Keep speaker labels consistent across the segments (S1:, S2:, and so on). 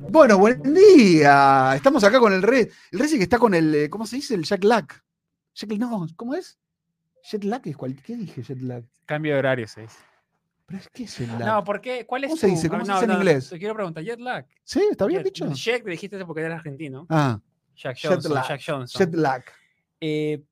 S1: Bueno, buen día. Estamos acá con el Rey. El Rey que está con el, eh, ¿cómo se dice? El Jack Lack. Jack, no, ¿cómo es? Jet lag es cual... ¿Qué dije jet lag?
S2: Cambio de horario se dice.
S1: ¿Pero es qué es jet lag?
S2: No, ¿por qué? ¿Cuál es
S1: ¿Cómo se
S2: tu-
S1: dice? ¿Cómo
S2: Ah,
S1: se
S2: no,
S1: dice en
S2: no,
S1: inglés?
S2: Te quiero preguntar, jet lag.
S1: ¿Sí? ¿Está bien
S2: Jet-
S1: dicho?
S2: Jack, le dijiste eso porque eres argentino.
S1: Ah,
S2: Jack
S1: jet
S2: Johnson.
S1: lag,
S2: Jack Johnson.
S1: jet lag.
S2: Eh,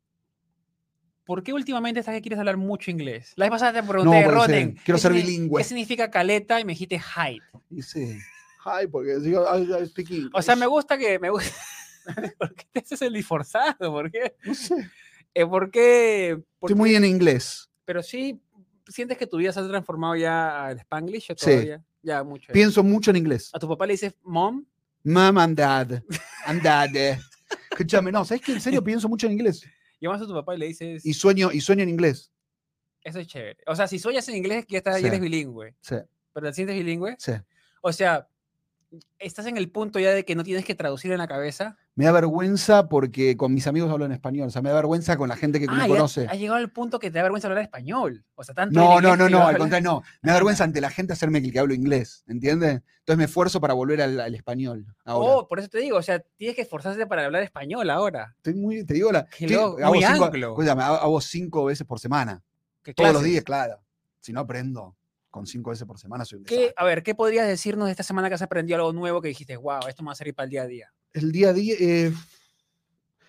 S2: ¿Por qué últimamente estás que quieres hablar mucho inglés? La vez pasada te
S1: No,
S2: pregunté,
S1: porque
S2: Ronen.
S1: sé, quiero
S2: ¿qué
S1: ser
S2: signi-
S1: bilingüe.
S2: ¿Qué significa caleta? Y me dijiste height.
S1: Dice, hi, porque digo, I, I speak English.
S2: O sea, me gusta que me gusta. ¿Por qué te haces el disforzado? ¿Por qué?
S1: No sé.
S2: Eh, ¿Por qué? por
S1: Estoy muy en inglés.
S2: Pero sí, ¿sientes que tu vida se ha transformado ya al Spanglish o
S1: Sí.
S2: todavía? Ya, mucho. ya.
S1: Pienso mucho en inglés.
S2: A tu papá le dices mom.
S1: Mom and dad. And dad. Escúchame, no, ¿sabes qué? En serio pienso mucho en inglés.
S2: Llamas a tu papá y le dices,
S1: Y sueño, y sueño en inglés.
S2: eso es chévere. O sea, si sueñas en inglés, ya, estás,
S1: Sí.
S2: ya eres bilingüe.
S1: Sí.
S2: ¿Pero te sientes bilingüe?
S1: Sí.
S2: O sea, estás en el punto ya de que no tienes que traducir en la cabeza.
S1: Me da vergüenza porque con mis amigos hablo en español. O sea, me da vergüenza con la gente que me
S2: Ah, ya
S1: conoce.
S2: has llegado al punto que te da vergüenza hablar español. O sea, tanto.
S1: No,
S2: el
S1: no,
S2: inglés
S1: no,
S2: que
S1: no, al
S2: hablas.
S1: contrario, no. Me da vergüenza ante la gente hacerme el que hablo inglés, ¿entiendes? Entonces me esfuerzo para volver al, al español. Ahora.
S2: Oh, por eso te digo, o sea, tienes que esforzarte para hablar español ahora.
S1: Estoy muy, te digo la.
S2: Qué
S1: estoy-
S2: loco,
S1: hago
S2: muy
S1: cinco,
S2: anglo.
S1: escúchame, hago- hago cinco veces por semana.
S2: ¿Qué
S1: Todos los
S2: clases?
S1: días, claro. Si no aprendo con cinco veces por semana, soy un
S2: ¿Qué-
S1: desastre.
S2: a ver, ¿qué podrías decirnos de esta semana que has aprendido algo nuevo que dijiste, wow, esto me va a servir para el día a día?
S1: El día a día. eh,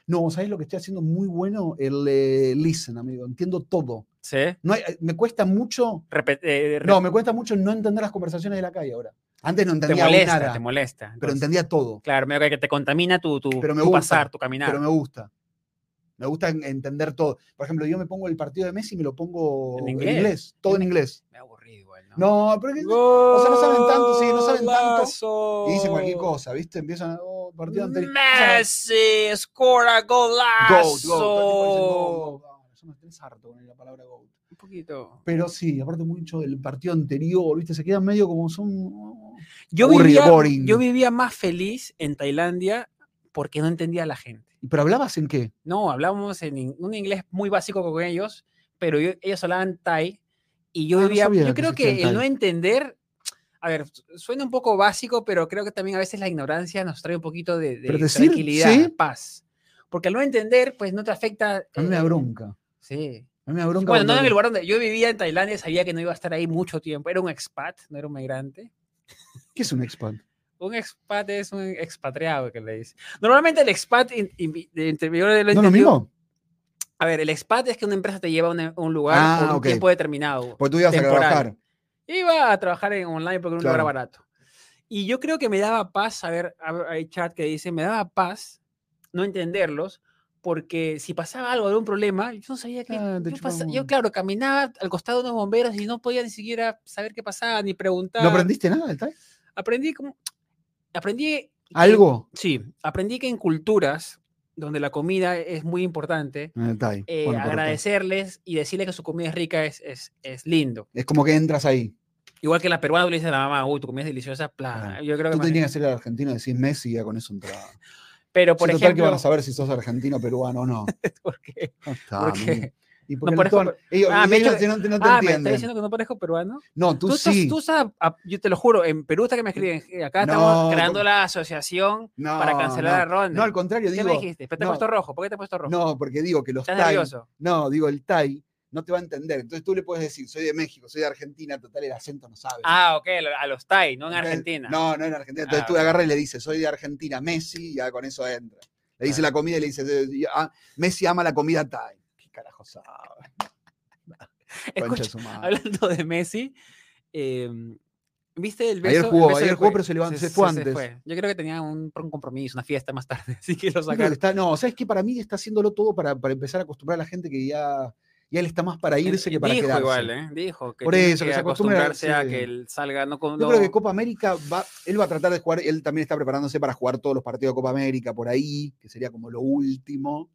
S1: no, ¿sabes lo que estoy haciendo muy bueno? El eh, listen, amigo. Entiendo todo.
S2: ¿Sí? eh,
S1: No hay- me cuesta mucho. No, me cuesta mucho no entender las conversaciones de la calle ahora. Antes no
S2: te
S1: entendía aún
S2: molesta,
S1: nada,
S2: te molesta.
S1: pero
S2: entonces.
S1: entendía todo.
S2: Claro, medio que- que te contamina tu, tu,
S1: Pero me
S2: tu
S1: gusta,
S2: pasar, tu caminar.
S1: pero me gusta. Me gusta en- entender todo. Por ejemplo, yo me pongo el partido de Messi y me lo pongo
S2: En
S1: en inglés,
S2: inglés.
S1: todo en inglés.
S2: Me ha aburrido igual, ¿no?
S1: No, pero que- o sea, no saben tanto, sí, no saben tanto,
S2: Golazo.
S1: y dicen cualquier cosa, ¿viste? Empiezan a oh, partido anterior.
S2: Messi score a
S1: Goat,
S2: golazo.
S1: goat. Ah, Yo me tenés harto con la palabra goat.
S2: Un poquito.
S1: Pero sí, aparte mucho del partido anterior, ¿viste? Se quedan medio como son. oh.
S2: Yo
S1: Aburrido,
S2: vivía,
S1: boring.
S2: yo vivía más feliz en Tailandia porque no entendía a la gente.
S1: ¿Pero hablabas en qué?
S2: No, hablábamos en in- un inglés muy básico con ellos, pero yo- ellos hablaban Thai y yo
S1: Ah, no
S2: vivía.
S1: sabía
S2: yo
S1: que
S2: creo que
S1: existían
S2: el no
S1: Thai.
S2: entender. A ver, su- suena un poco básico, pero creo que también a veces la ignorancia nos trae un poquito de, de
S1: Pero decir,
S2: tranquilidad,
S1: sí.
S2: paz. Porque al no entender, pues no te afecta.
S1: A mí me da
S2: eh,
S1: bronca.
S2: Sí.
S1: A mí me da bronca.
S2: Bueno, no
S1: cuando-
S2: en el lugar donde yo vivía en Tailandia, sabía que no iba a estar ahí mucho tiempo. Era un expat, no era un migrante.
S1: ¿Qué es un expat?
S2: Un expat es un expatriado que le dice. Normalmente el expat, in- invi- de- entre- yo lo he
S1: ¿No es lo
S2: entendido-
S1: mismo?
S2: A ver, el expat es que una empresa te lleva a una- a un lugar
S1: Ah,
S2: por un
S1: ok.
S2: tiempo determinado.
S1: Porque tú ibas
S2: Temporal.
S1: a trabajar.
S2: Yo iba a trabajar en online porque era un lugar
S1: Claro.
S2: barato. Y yo creo que me daba paz, a ver, a- hay chat que dice, me daba paz no entenderlos, porque si pasaba algo, algún problema, yo no sabía qué,
S1: Ah, te
S2: qué pasa-
S1: chupaba
S2: Yo,
S1: un-
S2: claro, caminaba al costado de unos bomberos y no podía ni siquiera saber qué pasaba, ni preguntar.
S1: ¿No aprendiste nada del Thai?
S2: Aprendí como... Aprendí... que-
S1: ¿Algo?
S2: Sí, aprendí que en culturas donde la comida es muy importante,
S1: En el Thai.
S2: eh,
S1: Bueno, correcto.
S2: agradecerles y decirles que su comida es rica es, es, es lindo.
S1: Es como que entras ahí.
S2: Igual que la peruana le dice a la mamá, uy, tu comida es deliciosa, pla.
S1: Claro.
S2: Yo creo que
S1: Tú
S2: más-
S1: tenías que ser argentino y decir Messi y ya con eso entraba. Si
S2: Pero por
S1: total que
S2: ejemplo,
S1: van a saber si sos argentino, peruano o no.
S2: ¿por qué?
S1: Ya está,
S2: ¿Por qué?
S1: amigo. ¿Y por qué
S2: No,
S1: Ah, no,
S2: por
S1: están- ellos-
S2: Ah, me
S1: ellos
S2: echo-
S1: no te- no te
S2: Ah, me estás
S1: entienden?
S2: diciendo que no parezco peruano.
S1: No, tú,
S2: estás-
S1: sí.
S2: tú estás a- yo te lo juro, en Perú hasta que me escriben, eh, acá
S1: No,
S2: estamos creando
S1: ¿cómo?
S2: la asociación
S1: No,
S2: para cancelar
S1: no.
S2: a Ron.
S1: No, al contrario,
S2: ¿Qué me
S1: digo.
S2: dijiste? Pero te
S1: no.
S2: he puesto rojo, ¿por qué te he puesto rojo?
S1: No, porque digo que los
S2: ¿Estás
S1: Thai.
S2: nervioso?
S1: No, digo, el Thai no te va a entender. Entonces tú le puedes decir, soy de México, soy de Argentina, total el acento no sabe.
S2: Ah, ok, a los Thai, no en
S1: Entonces,
S2: Argentina.
S1: Eh, No, no en Argentina. Entonces
S2: Ah,
S1: tú
S2: ok.
S1: agarras y le dices, soy de Argentina, Messi, y ya con eso entra. Le dice la comida y le dice, "Eh, y- ah, Messi ama la comida Thai. ¿Qué carajo sabe? Concha
S2: Escucha,
S1: de su madre.
S2: Hablando de Messi, em, ¿viste el beso?
S1: Ayer
S2: El
S1: jugó,
S2: beso
S1: ayer
S2: del
S1: jugó,
S2: cue-
S1: pero se levan- se fue antes.
S2: Yo creo que tenía un, un compromiso, una fiesta más tarde, así que lo
S1: Yo creo que
S2: sacaron.
S1: está- no, ¿sabes que Para mí está haciéndolo todo para, para empezar a acostumbrar a la gente que ya, ya él está más para irse que para
S2: dijo
S1: quedarse.
S2: igual, ¿eh? Dijo que
S1: Por
S2: tiene
S1: eso, que
S2: que
S1: se acostumbre a-
S2: acostumbrarse a
S1: sí.
S2: que él salga, no con...
S1: Yo creo que
S2: no-
S1: Copa América va, él va a tratar de jugar, él también está preparándose para jugar todos los partidos de Copa América por ahí, que sería como lo último.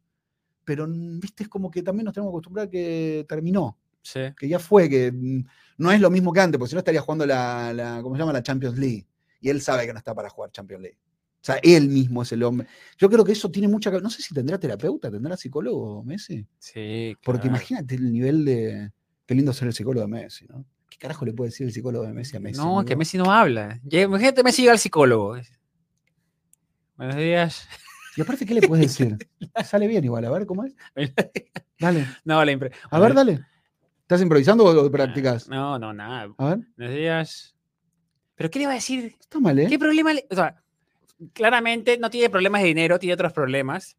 S1: Pero, mm, viste, es como que también nos tenemos que acostumbrar que terminó.
S2: Sí.
S1: que ya fue, que mm, no es lo mismo que antes, porque si no estaría jugando la, la- ¿cómo se llama? La Champions League. Y él sabe que no está para jugar Champions League. O sea, él mismo es el hombre. Yo creo que eso tiene mucha... No sé si tendrá terapeuta, tendrá psicólogo Messi.
S2: Sí,
S1: Porque
S2: claro.
S1: imagínate el nivel de... Qué lindo ser el psicólogo de Messi, ¿no? ¿Qué carajo le puede decir el psicólogo de Messi a Messi?
S2: No, que
S1: amigo?
S2: Messi no habla. Llega- Imagínate, Messi llega al psicólogo. Buenos días.
S1: Y aparte, ¿qué le puedes decir? Sale bien igual, a ver cómo es. Dale,
S2: No, la impre... Ah,
S1: a ver, dale. ¿Estás improvisando o lo practicas?
S2: No, no, nada.
S1: A ver,
S2: Buenos días. ¿Pero qué le va a decir?
S1: está mal, ¿eh?
S2: ¿Qué problema le- O sea, claramente no tiene problemas de dinero, tiene otros problemas.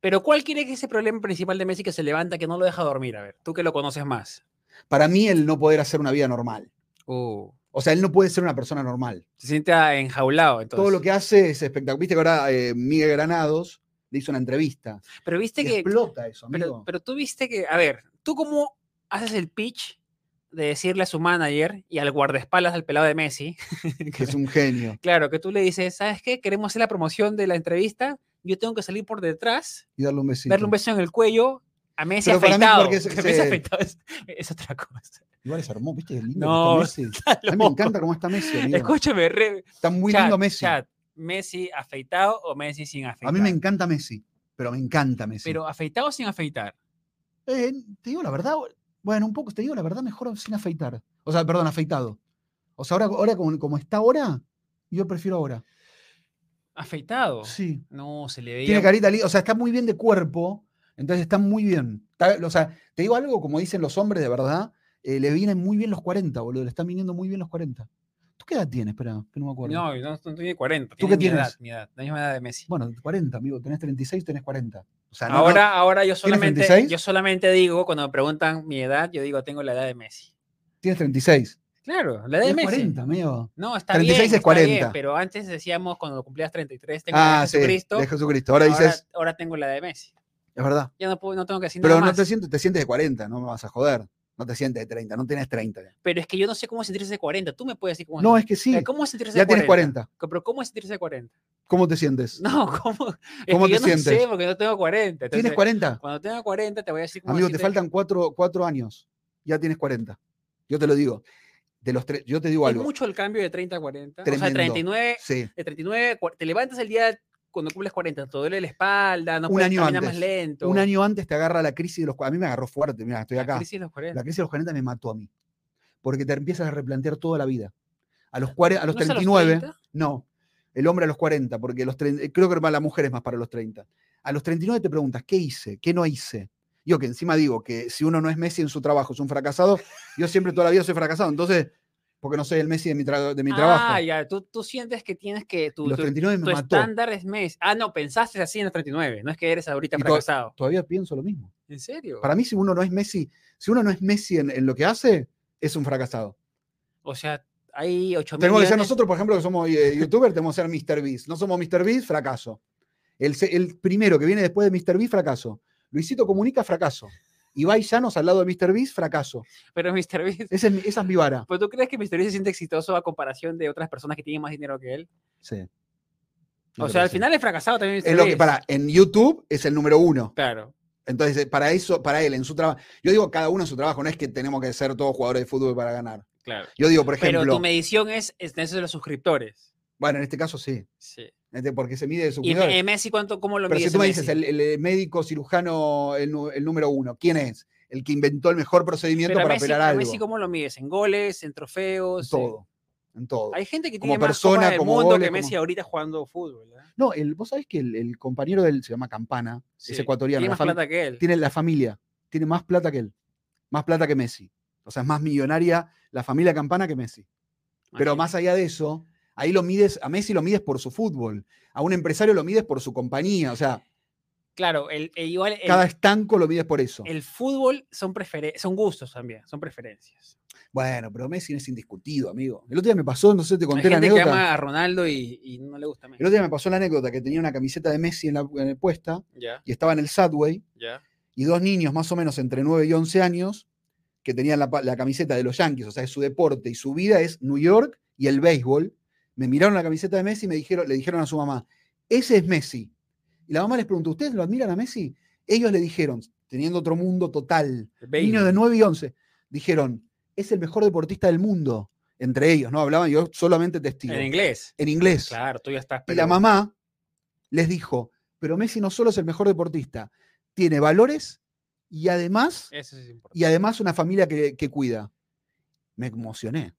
S2: Pero ¿cuál quiere que ese problema principal de Messi que se levanta, que no lo deja dormir? A ver, tú que lo conoces más.
S1: Para mí, el no poder hacer una vida normal.
S2: Uh,
S1: O sea, él no puede ser una persona normal.
S2: se siente enjaulado. Entonces.
S1: Todo lo que hace es espectacular. Viste que ahora eh, Miguel Granados le hizo una entrevista.
S2: Pero viste
S1: Y
S2: que...
S1: Explota eso,
S2: Pero,
S1: amigo.
S2: pero tú viste que, a ver, ¿tú cómo haces el pitch de decirle a su manager y al guardaespaldas al pelado de Messi?
S1: que es un genio.
S2: Claro, que tú le dices, ¿sabes qué? Queremos hacer la promoción de la entrevista, yo tengo que salir por detrás,
S1: Y darle un besito.
S2: darle un beso en el cuello a Messi
S1: Pero para mí
S2: afeitado.
S1: porque se-
S2: que Messi
S1: se-
S2: afeitado es, es otra cosa.
S1: Igual es hermoso, ¿viste? Qué lindo que
S2: No,
S1: está Messi. A mí me
S2: loco.
S1: encanta cómo está Messi, amigo.
S2: Escúchame, re-
S1: Está muy
S2: chat,
S1: lindo Messi.
S2: chat, Messi afeitado o Messi sin afeitar.
S1: A mí me encanta Messi, pero me encanta Messi.
S2: Pero afeitado o sin afeitar.
S1: Eh, te digo la verdad, bueno, un poco, te digo la verdad, mejor sin afeitar. O sea, perdón, afeitado. O sea, ahora, ahora como, como está ahora, yo prefiero ahora.
S2: Afeitado.
S1: Sí.
S2: No, se le
S1: Tiene
S2: veía.
S1: carita linda, o sea, está muy bien de cuerpo, entonces está muy bien. Está- o sea, te digo algo, como dicen los hombres de verdad, eh, le vienen muy bien los 40, boludo, le están viniendo muy bien los 40. ¿Tú qué edad tienes? Espera, que no me acuerdo.
S2: No, no, no tiene 40.
S1: ¿Tú qué
S2: tiene mi edad,
S1: tienes?
S2: mi edad, la misma edad de Messi.
S1: Bueno, 40, amigo, tenés 36, tenés 40. O sea, no- no-
S2: Ahora, ahora yo
S1: ¿Tienes
S2: solamente,
S1: 26?
S2: yo solamente digo, cuando me preguntan mi edad, yo digo, tengo la edad de Messi.
S1: tienes 36.
S2: Claro, la edad de
S1: Tenés
S2: Messi.
S1: 40, amigo.
S2: No, está
S1: 36
S2: bien,
S1: es
S2: está
S1: 40.
S2: bien, pero antes decíamos, cuando cumplías 33, tengo la edad
S1: Ah,
S2: de
S1: sí,
S2: Jesucristo.
S1: de Jesucristo. Ahora
S2: ahora,
S1: dices,
S2: ahora tengo la edad de Messi.
S1: es verdad.
S2: Ya no, puedo, no tengo que decir
S1: Pero
S2: nada
S1: no
S2: más.
S1: te sientes, te sientes de 40, no me vas a joder. No te sientes de 30, no tienes 30.
S2: Pero es que yo no sé cómo sentirse de 40. Tú me puedes decir cómo
S1: No, es que sí,
S2: eh, ¿Cómo sentirse
S1: ya
S2: de 40?
S1: tienes 40.
S2: Co- Pero ¿cómo es sentirse de 40?
S1: ¿Cómo te sientes?
S2: No, ¿cómo? Es
S1: ¿Cómo
S2: que
S1: te
S2: yo no sé
S1: sientes?
S2: porque no tengo 40.
S1: ¿Tienes
S2: entonces,
S1: 40?
S2: Cuando tenga 40 te voy a decir cómo
S1: Amigo, te
S2: decirte-
S1: faltan 4, años. Ya tienes 40. Yo te lo digo. De los tres, yo te digo
S2: Es
S1: algo.
S2: mucho el cambio de 30 a 40. O sea,
S1: Tremendo.
S2: 39
S1: Sí.
S2: de 39, cua- te levantas el día cuando cumples 40, te duele la espalda, no
S1: Un
S2: puedes
S1: año
S2: caminar más
S1: antes,
S2: lento.
S1: Un año antes te agarra la crisis de los... cua- A mí me agarró fuerte, mira, estoy
S2: La
S1: acá.
S2: crisis de los 40.
S1: La crisis de los 40 me mató a mí. Porque te empiezas a replantear toda la vida. A los, cuare- a los
S2: Ah, ¿No es a los
S1: 39,
S2: 30?
S1: no. El hombre a los 40, porque los trein- eh, creo que para la mujer es más para los 30. A los 39 te preguntas, ¿qué hice? ¿Qué no hice? Yo que encima digo que si uno no es Messi en su trabajo, es un fracasado, yo siempre toda la vida soy fracasado. Entonces, porque no soy el Messi de mi, tra- de mi
S2: Ah,
S1: trabajo.
S2: ya, tú, tú sientes que tienes que, tu,
S1: Los
S2: tu-
S1: 39 me
S2: tu
S1: mató.
S2: estándar es mes. Ah, no, pensaste así en los 39, no es que eres ahorita
S1: Y to-
S2: fracasado.
S1: Todavía pienso lo mismo.
S2: ¿En serio?
S1: Para mí, si uno no es Messi, si uno no es Messi en, en lo que hace, es un fracasado.
S2: O sea, hay 8 mil
S1: Tenemos que ser
S2: millones-
S1: nosotros, por ejemplo, que somos eh, youtubers, tenemos que ser Mr. Beast. No somos Mr. Beast, fracaso. El, se- el primero que viene después de Mr. Beast, fracaso. Luisito Comunica, fracaso. Ibai Llanos al lado de Mr. Beast, fracaso.
S2: Pero Mr. Beast,
S1: Ese es mi- esa es mi vara.
S2: ¿pues tú crees que Mr. Beast se siente exitoso a comparación de otras personas que tienen más dinero que él?
S1: Sí.
S2: O sea, al final es fracasado también Mr.
S1: Es lo que,
S2: Beast.
S1: para, en YouTube es el número uno.
S2: Claro.
S1: Entonces, eh, para eso, para él, en su trabajo. Yo digo, cada uno en su trabajo, no es que tenemos que ser todos jugadores de fútbol para ganar.
S2: Claro.
S1: Yo digo, por
S2: Pero
S1: ejemplo,
S2: tu medición es, es eso de los suscriptores.
S1: bueno, en este caso sí,
S2: Sí.
S1: este, porque se mide de su
S2: ¿Y
S1: cuidado.
S2: eh, Messi cuánto, cómo lo
S1: Pero
S2: mide
S1: si
S2: ese
S1: tú me dices,
S2: Messi?
S1: el, el médico cirujano, el, nu- el número uno, ¿quién es? El que inventó el mejor procedimiento
S2: Pero a
S1: para
S2: Messi-
S1: operar
S2: a
S1: algo.
S2: Messi cómo lo mides? ¿En goles? ¿En
S1: en
S2: trofeos? en-
S1: todo. En todo.
S2: Hay gente que
S1: Como
S2: tiene más
S1: persona,
S2: copas del
S1: como
S2: mundo
S1: goles,
S2: que Messi
S1: como-
S2: ahorita jugando fútbol. ¿verdad?
S1: No, el, vos sabés que el, el compañero del se llama Campana, es
S2: Sí,
S1: ecuatoriano,
S2: Tiene
S1: la
S2: más
S1: fami-
S2: plata que él.
S1: tiene la familia, tiene más plata que él, más plata que Messi. O sea, es más millonaria la familia Campana que Messi. Pero
S2: Imagínate.
S1: más allá de eso, ahí lo mides, a Messi lo mides por su fútbol, a un empresario lo mides por su compañía, o sea,
S2: Claro, el, el- igual el,
S1: cada estanco lo mides por eso.
S2: el fútbol son, preferen- son gustos también, son preferencias.
S1: Bueno, pero Messi es indiscutido, amigo. El otro día me pasó, no sé, te
S2: Hay
S1: conté la
S2: gente que
S1: anécdota.
S2: ama a Ronaldo y, y no le gusta Messi.
S1: El otro día me pasó la anécdota que tenía una camiseta de Messi en la en el puesta
S2: Ya,
S1: y estaba en el Subway
S2: ya.
S1: y dos niños más o menos entre 9 y 11 años que tenían la, pa- la camiseta de los Yankees, o sea, es su deporte y su vida es New York y el béisbol. Me miraron la camiseta de Messi y me dijeron, le dijeron a su mamá, ese es Messi. Y la mamá les preguntó, ¿ustedes lo admiran a Messi? Ellos le dijeron, teniendo otro mundo total,
S2: El
S1: niños de
S2: béisbol.
S1: 9 y 11, dijeron, es el mejor deportista del mundo. Entre ellos, ¿no? Hablaban yo solamente testigo.
S2: En inglés.
S1: En inglés.
S2: Claro, tú ya estás.
S1: Y
S2: pero-
S1: la mamá les dijo, pero Messi no solo es el mejor deportista, tiene valores y además,
S2: Eso sí es importante.
S1: y además una familia que, que cuida. Me emocioné.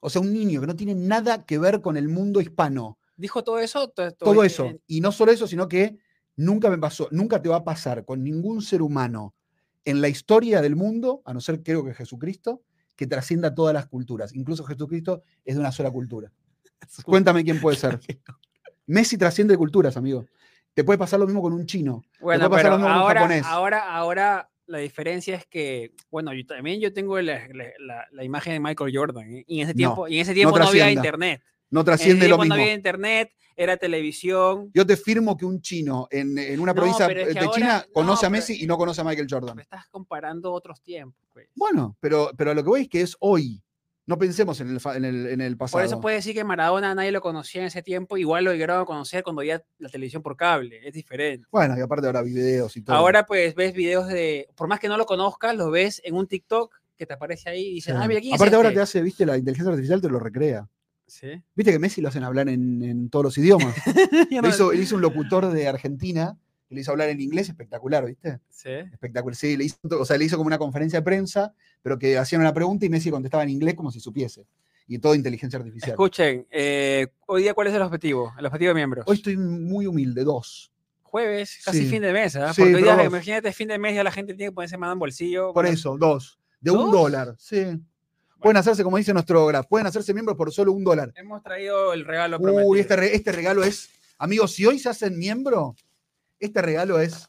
S1: O sea, un niño que no tiene nada que ver con el mundo hispano.
S2: Dijo todo eso. to- to-
S1: Todo
S2: en-
S1: eso. Y no solo eso, sino que nunca me pasó, nunca te va a pasar con ningún ser humano en la historia del mundo, a no ser creo que Jesucristo, que trascienda todas las culturas. Incluso Jesucristo es de una sola cultura. Cuéntame quién puede ser. Messi trasciende culturas, amigo. Te puede pasar lo mismo con un chino.
S2: Bueno,
S1: puede pasar
S2: pero
S1: lo mismo con un
S2: ahora,
S1: japonés.
S2: ahora, ahora la diferencia es que, bueno, yo también yo tengo la, la- la- la imagen de Michael Jordan. ¿eh? Y en ese
S1: No,
S2: tiempo, y en ese tiempo no, había
S1: trascienda.
S2: internet.
S1: No
S2: En ese
S1: trasciende
S2: tiempo
S1: lo
S2: no
S1: mismo.
S2: había internet, era televisión.
S1: Yo te firmo que un chino en, en una
S2: No,
S1: provincia
S2: pero es que
S1: de
S2: ahora-
S1: China
S2: no,
S1: conoce a
S2: pero-
S1: Messi y no conoce a Michael Jordan.
S2: Me estás comparando otros tiempos. pues.
S1: Bueno, pero, pero a lo que voy es que es hoy. No pensemos en el, fa- en el, en el pasado.
S2: Por eso puede decir que Maradona nadie lo conocía en ese tiempo, igual lo llegaron a conocer cuando ya la televisión por cable, es diferente.
S1: Bueno, y aparte ahora videos y todo.
S2: Ahora pues ves videos de, por más que no lo conozcas, lo ves en un TikTok que te aparece ahí y
S1: Sí.
S2: dices, ah, mira, ¿quién
S1: aparte
S2: es
S1: ahora te
S2: este?".
S1: hace, viste, la inteligencia artificial te lo recrea.
S2: Sí.
S1: Viste que Messi lo hacen hablar en, en todos los idiomas.
S2: Yo
S1: Le
S2: no-
S1: hizo, le hizo un locutor de Argentina, que le hizo hablar en inglés, espectacular, ¿viste?
S2: Sí.
S1: Espectacular. Sí, le hizo, to- o sea, le hizo como una conferencia de prensa, pero que hacían una pregunta y Messi contestaba en inglés como si supiese. Y todo inteligencia artificial.
S2: Escuchen, eh, hoy día, ¿cuál es el objetivo? El objetivo de miembros.
S1: Hoy estoy muy humilde, dos.
S2: Jueves, casi
S1: Sí.
S2: fin de mes, ¿ah?
S1: Sí,
S2: Porque hoy día,
S1: pero-
S2: imagínate, fin de mes ya la gente tiene que ponerse mano en bolsillo.
S1: Por
S2: bueno,
S1: eso, dos. De un
S2: ¿Dos?
S1: dólar, sí. Pueden hacerse, como dice nuestro graf, pueden hacerse miembros por solo un dólar.
S2: Hemos traído el regalo prometido.
S1: Uy, este, re- este regalo es. Amigos, si hoy se hacen miembro, este regalo es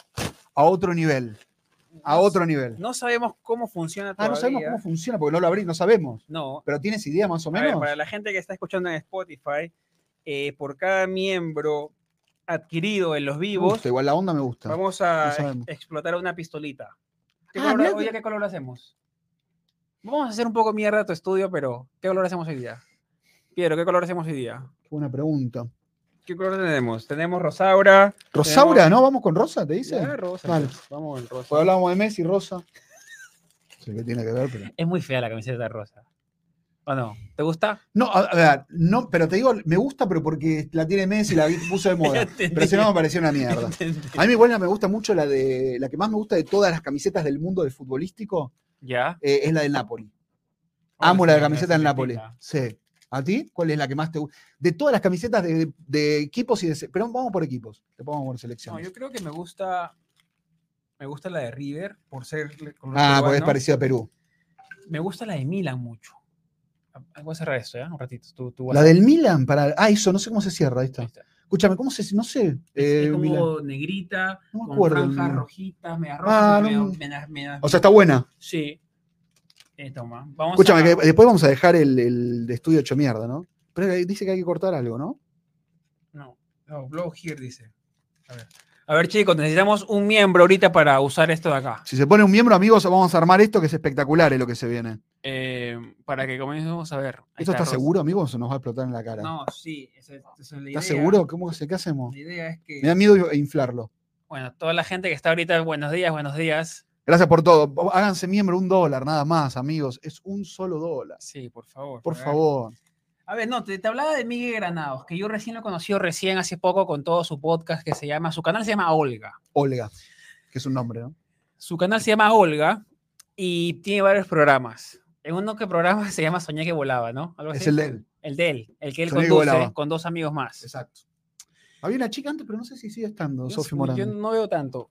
S1: a otro nivel. A otro nivel.
S2: No sabemos cómo funciona
S1: Ah, no
S2: todavía.
S1: sabemos cómo funciona porque no lo abrí, no sabemos.
S2: No,
S1: Pero tienes idea más o
S2: A ver,
S1: menos.
S2: para la gente que está escuchando en Spotify, eh, por cada miembro adquirido en los
S1: Me
S2: vivos,
S1: gusta, igual la onda me gusta.
S2: vamos a
S1: no sabemos.
S2: explotar una pistolita. ¿Qué
S1: Ah,
S2: color-
S1: mirá
S2: hoy
S1: que-
S2: día ¿qué color hacemos? Vamos a hacer un poco mierda tu estudio, pero ¿qué color hacemos hoy día? Piero, ¿qué color hacemos hoy día?
S1: Qué Buena pregunta.
S2: ¿Qué color tenemos? Tenemos Rosaura.
S1: Rosaura, ¿no? Vamos con Rosa, te dice.
S2: Ya, rosa,
S1: Vale.
S2: pues, Vamos en rosa.
S1: Pues hablábamos de Messi, Rosa. No sé qué tiene que ver, pero.
S2: Es muy fea la camiseta de rosa. ¿O no? ¿Te gusta?
S1: No, a, a ver, no, pero te digo, me gusta, pero porque la tiene Messi, la vi- puso de moda.
S2: entendí.
S1: Pero si no me pareció una mierda. A mí igual me gusta mucho la de. La que más me gusta de todas las camisetas del mundo del futbolístico
S2: ya.
S1: eh, es la del Napoli. Amo la
S2: Vamos a
S1: camiseta del
S2: hacer
S1: Napoli.
S2: una
S1: Sí. ¿A ti? ¿Cuál es la que más te gusta? De todas las camisetas de, de- de equipos y de. se- Pero vamos por equipos. Te pongo por
S2: No,
S1: selecciones.
S2: yo creo que me gusta. Me gusta la de River por ser. le- color
S1: ah, porque es
S2: peruano.
S1: parecido a Perú.
S2: Me gusta la de Milan mucho. Ah, Voy a cerrar esto, ¿ya? Un ratito. Tú, tú
S1: La
S2: vas-
S1: del Milan para. Ah, eso, no sé cómo se cierra. Ahí
S2: Ahí
S1: está.
S2: está.
S1: Escúchame, ¿cómo se.? No sé. eh,
S2: es como
S1: Milan.
S2: negrita,
S1: No me
S2: con
S1: acuerdo el
S2: franjas
S1: Milan.
S2: rojitas, medias rojas,
S1: no
S2: medio-
S1: me-
S2: menas- menas-
S1: O sea, está buena.
S2: sí. Eh, toma, vamos
S1: Escúchame,
S2: a...
S1: que después vamos a dejar el, el de estudio hecho mierda, ¿no? Pero ahí dice que hay que cortar algo, ¿no?
S2: No, no, blow here dice. A ver. A ver, chicos, necesitamos un miembro ahorita para usar esto de acá.
S1: Si se pone un miembro, amigos, vamos a armar esto que es espectacular, es lo que se viene.
S2: Eh, para que comencemos a ver. Ahí
S1: ¿Esto está
S2: Ros-
S1: seguro, amigos, o se nos va a explotar en la cara?
S2: No, sí, esa- esa es la idea.
S1: ¿Estás seguro? ¿Cómo se, ¿Qué hacemos?
S2: La idea es que...
S1: Me da miedo yo- inflarlo.
S2: Bueno, toda la gente que está ahorita, buenos días, buenos días.
S1: Gracias por todo. Háganse miembro un dólar, nada más, amigos. Es un solo dólar.
S2: Sí, por favor.
S1: Por
S2: para-
S1: favor.
S2: A ver, no, te, te hablaba de Miguel Granados, que yo recién lo conocí recién hace poco con todo su podcast que se llama, su canal se llama Olga.
S1: Olga, que es un nombre, ¿no?
S2: Su canal se llama Olga y tiene varios programas. En uno que programa se llama Soñé que volaba, ¿no? Algo
S1: Es
S2: así.
S1: el de él.
S2: El de él, el que él
S1: Soñé que
S2: conduce
S1: volaba.
S2: con dos amigos más.
S1: Exacto. Había una chica antes, pero no sé si sigue estando,
S2: Yo,
S1: Sofía
S2: no-
S1: Morán.
S2: yo no veo tanto,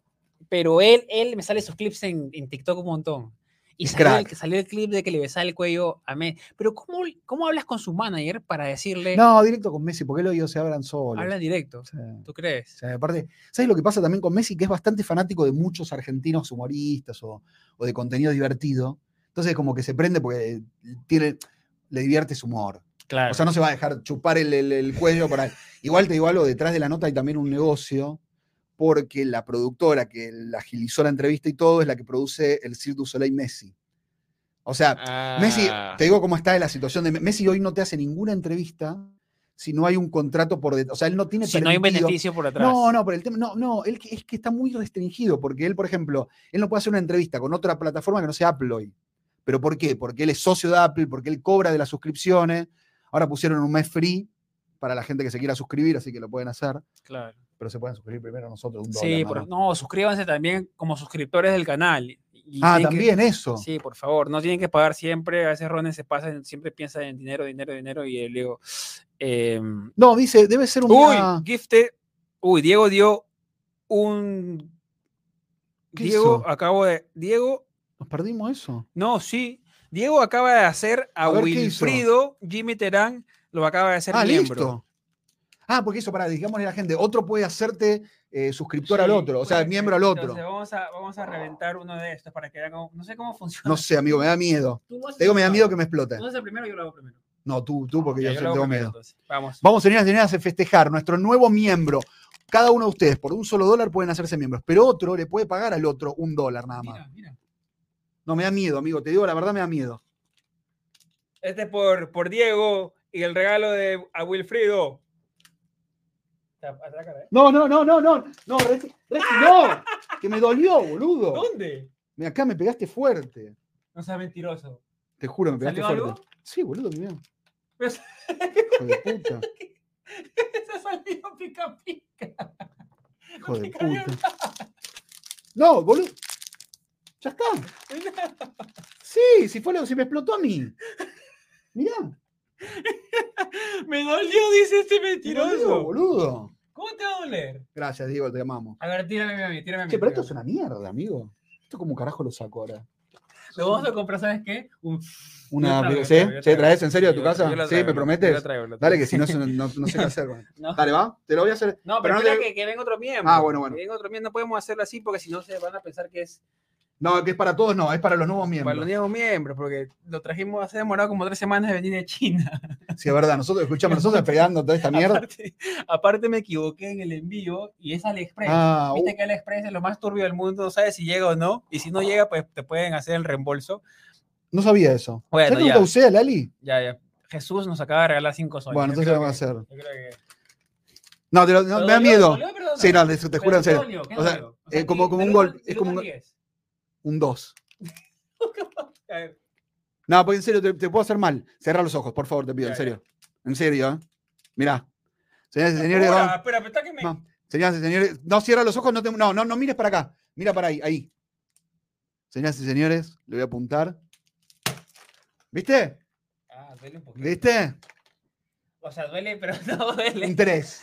S2: pero él, él me sale sus clips en, en TikTok un montón. Y
S1: Es
S2: salió el,
S1: crack.
S2: salió el clip de que le besaba el cuello a Messi. Pero ¿cómo, ¿cómo hablas con su manager para decirle,
S1: No, directo con Messi, porque él oído se abran solos.
S2: habla en directo?
S1: Sí.
S2: ¿Tú crees?
S1: O sea, aparte, ¿sabes lo que pasa también con Messi? Que es bastante fanático de muchos argentinos humoristas o, o de contenido divertido. Entonces, como que se prende porque tiene, le divierte su humor.
S2: Claro.
S1: O sea, no se va a dejar chupar el, el- el cuello para. Igual te digo algo, detrás de la nota hay también un negocio, porque la productora que la agilizó la entrevista y todo es la que produce el Cirque du Soleil Messi. O sea,
S2: Ah.
S1: Messi, te digo cómo está la situación de Me- Messi. Hoy no te hace ninguna entrevista si no hay un contrato por detrás. O sea, él no tiene
S2: si no hay un
S1: permitido-
S2: beneficio por atrás.
S1: no, no, pero el tema, no, no, él que- es que está muy restringido, porque él, por ejemplo, él no puede hacer una entrevista con otra plataforma que no sea Apple hoy. ¿Pero por qué? Porque él es socio de Apple, porque él cobra de las suscripciones, ahora pusieron un mes free, para la gente que se quiera suscribir, así que lo pueden hacer,
S2: Claro.
S1: pero se pueden suscribir primero nosotros. Un
S2: Sí,
S1: dólar,
S2: por-
S1: nada más.
S2: no, suscríbanse también como suscriptores del canal. y
S1: Ah,
S2: tienen que-
S1: también eso.
S2: Sí, por favor, no tienen que pagar siempre. A veces Ronen se pasa, siempre piensa en dinero, dinero, dinero. Y le digo, em,
S1: No, dice, debe ser un
S2: uy,
S1: día-
S2: gifted. Uy, Diego dio un.
S1: ¿Qué
S2: Diego,
S1: hizo?
S2: acabo de. Diego,
S1: Nos perdimos eso.
S2: no, sí. Diego acaba de hacer a,
S1: A ver, ¿qué hizo?
S2: Wilfrido, Jimmy Terán, lo acaba de hacer
S1: Ah,
S2: miembro.
S1: listo. Ah, porque eso, para digámosle a la gente, otro puede hacerte eh, suscriptor al
S2: Sí,
S1: otro, o sea,
S2: puede
S1: miembro
S2: ser.
S1: al otro.
S2: Entonces, vamos, a, vamos a reventar uno de estos para que vean cómo- No sé cómo funciona.
S1: No sé, amigo, me da miedo.
S2: Tú haces
S1: Te digo, me da
S2: el
S1: miedo que
S2: primero.
S1: me explote.
S2: Tú haces el primero, yo lo hago primero.
S1: No, tú, tú, porque
S2: Ya,
S1: yo,
S2: yo lo
S1: tengo
S2: hago primero,
S1: miedo.
S2: entonces. Vamos.
S1: Vamos, señoras y señores, a festejar nuestro nuevo miembro. Cada uno de ustedes, por un solo dólar, pueden hacerse miembros, pero otro le puede pagar al otro un dólar nada más.
S2: Mira, mira.
S1: No, me da miedo, amigo, te digo, la verdad me da miedo.
S2: Este es por, por Diego y el regalo de a Wilfrido. Atrácala, ¿eh?
S1: No, no, no, no, no, no, Reci- Reci- no, que me dolió, boludo.
S2: ¿Dónde?
S1: Mira, acá me pegaste fuerte.
S2: No seas mentiroso.
S1: Te juro, me pegaste
S2: ¿Salió
S1: fuerte.
S2: algo?
S1: Sí, boludo, mira.
S2: Pero-
S1: Hijo de puta,
S2: Se ha salido pica pica.
S1: hijo de
S2: te cayó
S1: puta. No, boludo. Ya está. Sí, si fue lo si me explotó a mí. Mirá,
S2: Me dolió, dice este
S1: me dolió,
S2: mentiroso.
S1: boludo.
S2: ¿Cómo te va a doler?
S1: Gracias, Diego, te amamos.
S2: A ver, tírame a mí, tírame a mí.
S1: Che, pero esto
S2: tírame.
S1: es una mierda, amigo. Esto como carajo lo saco ahora.
S2: Lo vamos a comprar, ¿sabes qué? Un-
S1: Una
S2: Yo traigo,
S1: película,
S2: yo
S1: ¿sí?
S2: traigo, yo
S1: ¿Sí?
S2: traigo.
S1: ¿Traes en serio de tu
S2: Yo-
S1: casa?
S2: yo la
S1: Sí, ¿me
S2: traigo, yo la
S1: prometes?
S2: traigo, la
S1: Dale,
S2: traigo.
S1: que si no, se- no, no sé qué hacer. bueno.
S2: No.
S1: Dale, va. Te lo voy a hacer.
S2: No,
S1: Pero
S2: pero
S1: no
S2: espera
S1: te-
S2: que, que venga otro miembro.
S1: Ah, bueno, bueno.
S2: Que venga otro miembro. No podemos hacerlo así porque si no se van a pensar que es
S1: No, que es para todos, no, es para los nuevos
S2: para los
S1: miembros.
S2: nuevos miembros, porque lo trajimos hace demorado como tres semanas de venir de China.
S1: Sí, es verdad, nosotros escuchamos, nosotros pegando toda esta mierda.
S2: Aparte, aparte me equivoqué en el envío y es AliExpress.
S1: Ah,
S2: Viste que AliExpress es lo más turbio del mundo, no sabes si llega o no. Y si no llega, pues te pueden hacer el reembolso.
S1: no sabía eso.
S2: Bueno,
S1: ¿Sabes que
S2: ya.
S1: nunca usé a Lali?
S2: Ya, ya. Jesús nos acaba de regalar cinco soles.
S1: Bueno,
S2: Yo
S1: entonces lo voy a
S2: creo que-
S1: hacer.
S2: yo creo que-
S1: No, te lo- no,
S2: ¿Pero
S1: me da
S2: dolió?
S1: miedo.
S2: ¿Dolió, perdona?
S1: Sí, no, te, te
S2: Pero
S1: juro en
S2: ¿qué
S1: serio.
S2: dolió? ¿Qué
S1: O sea,
S2: dolió?
S1: eh, como-
S2: aquí,
S1: como un
S2: del
S1: golpe,
S2: uno-
S1: es
S2: del
S1: como
S2: uno
S1: un
S2: al diez.
S1: Un 2.
S2: A ver.
S1: No, porque en serio, te, te puedo hacer mal. Cerra los ojos, por favor, te pido, en
S2: Ya, ya.
S1: serio. En serio, ¿eh? Mirá. Señoras y señores,
S2: Ahora,
S1: vamos-
S2: espera, espera, que me-
S1: vamos. Señoras y señores, no cierra los ojos, no, te- no, no, no mires para acá. Mira para ahí, ahí. Señoras y señores, le voy a apuntar. ¿Viste?
S2: Ah, duele un poquito.
S1: ¿Viste?
S2: O sea, duele, pero no
S1: Un
S2: duele.
S1: 3.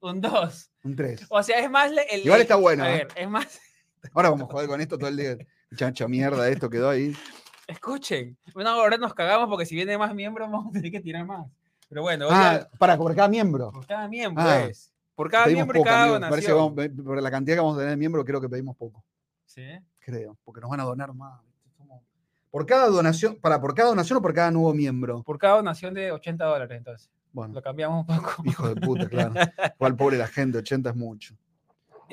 S2: Un 2.
S1: Un 3.
S2: O sea, es más le- el.
S1: Igual
S2: el-
S1: está bueno,
S2: A
S1: ¿eh?
S2: ver, es más.
S1: Ahora vamos a joder con esto todo el día. Chacha mierda, esto quedó ahí.
S2: Escuchen. Bueno, ahora nos cagamos porque si vienen más miembros vamos a tener que tirar más. Pero bueno, voy a-
S1: Ah, para, por cada miembro.
S2: por cada miembro
S1: ah.
S2: es. Por cada
S1: Pedimos
S2: miembro y
S1: poco,
S2: cada
S1: amigo. Me Parece que
S2: donación.
S1: vamos- por la cantidad que vamos a tener de miembros, creo que pedimos poco.
S2: Sí.
S1: creo, porque nos van a donar más. ¿viste? Somos- Por cada donación, para por cada donación o por cada nuevo miembro.
S2: Por cada donación de 80 dólares, entonces.
S1: Bueno,
S2: Lo cambiamos un poco.
S1: hijo de puta, claro. Igual pobre la gente, 80 es mucho.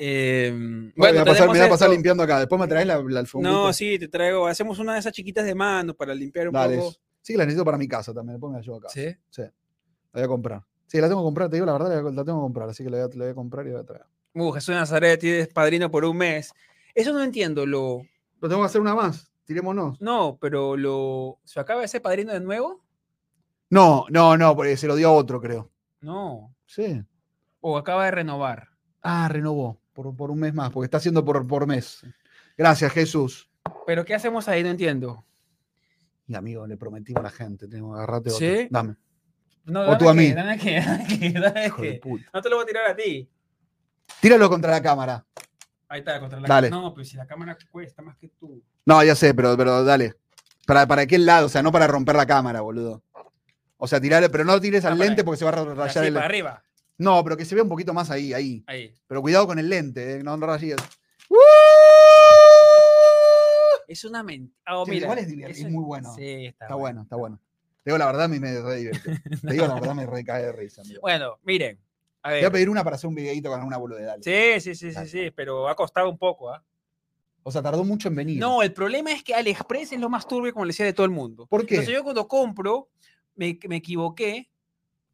S2: Eh, bueno,
S1: Bueno, me voy a pasar,
S2: tenemos
S1: me voy a pasar
S2: esto.
S1: limpiando acá. Después me traes la, la alfombrita.
S2: No, sí, te traigo. Hacemos una de esas chiquitas de mano para limpiar un
S1: Dale.
S2: poco.
S1: Sí, que la necesito para mi casa también. Después me la llevo acá.
S2: Sí.
S1: La voy a comprar. Sí, la tengo que comprar, te digo la verdad, la, la tengo que comprar. Así que la voy a, la voy a comprar y la voy a traer.
S2: Uh, Jesús de Nazaret tienes padrino por un mes. Eso no entiendo, lo.
S1: Pero tengo que hacer una más. Tirémonos.
S2: No, pero lo. ¿Se acaba de ser padrino de nuevo?
S1: No, no, no, porque se lo dio a otro, creo.
S2: No.
S1: Sí.
S2: O acaba de renovar.
S1: Ah, renovó por, por un mes más, porque está haciendo por, por mes. Gracias, Jesús.
S2: Pero ¿qué hacemos ahí? No entiendo.
S1: Y amigo, le prometí a la gente, tengo que agarrarte otro.
S2: ¿Sí?
S1: Dame.
S2: No,
S1: O
S2: dame
S1: tú a
S2: que-
S1: mí.
S2: dame que- dame que- dame
S1: Hijo de
S2: que.
S1: puta.
S2: No te lo voy a tirar a ti.
S1: Tíralo contra la cámara.
S2: Ahí está, contra la
S1: Dale.
S2: No, pero si la cámara cuesta más que tú.
S1: No, ya sé, pero, pero dale. Para, para aquel lado, o sea, no para romper la cámara, boludo. O sea, tirale, pero no tires
S2: Ah,
S1: al
S2: para-
S1: lente porque se va a ra-
S2: Así,
S1: rayar el.
S2: para arriba.
S1: No, pero que se vea un poquito más ahí, ahí.
S2: Ahí.
S1: Pero cuidado con el lente, eh, no no rayes.
S2: Es una mentira. Oh,
S1: Sí,
S2: mira.
S1: igual es divert-
S2: eso
S1: es muy bueno.
S2: Sí, está,
S1: Está
S2: bueno.
S1: bueno, está bueno. Te digo la verdad, a mí me re divierte. Te digo la verdad, me recae de risa. amigo.
S2: Bueno, miren. A
S1: Te Voy a
S2: ver.
S1: pedir una para hacer un videito con alguna boludez, dale.
S2: Sí, sí, sí, sí,
S1: Dale.
S2: sí, pero ha costado un poco, ¿ah?
S1: O sea, tardó mucho en venir.
S2: No, el problema es que AliExpress es lo más turbio, como le decía, de todo el mundo.
S1: ¿Por qué?
S2: Entonces yo cuando compro, me, me equivoqué.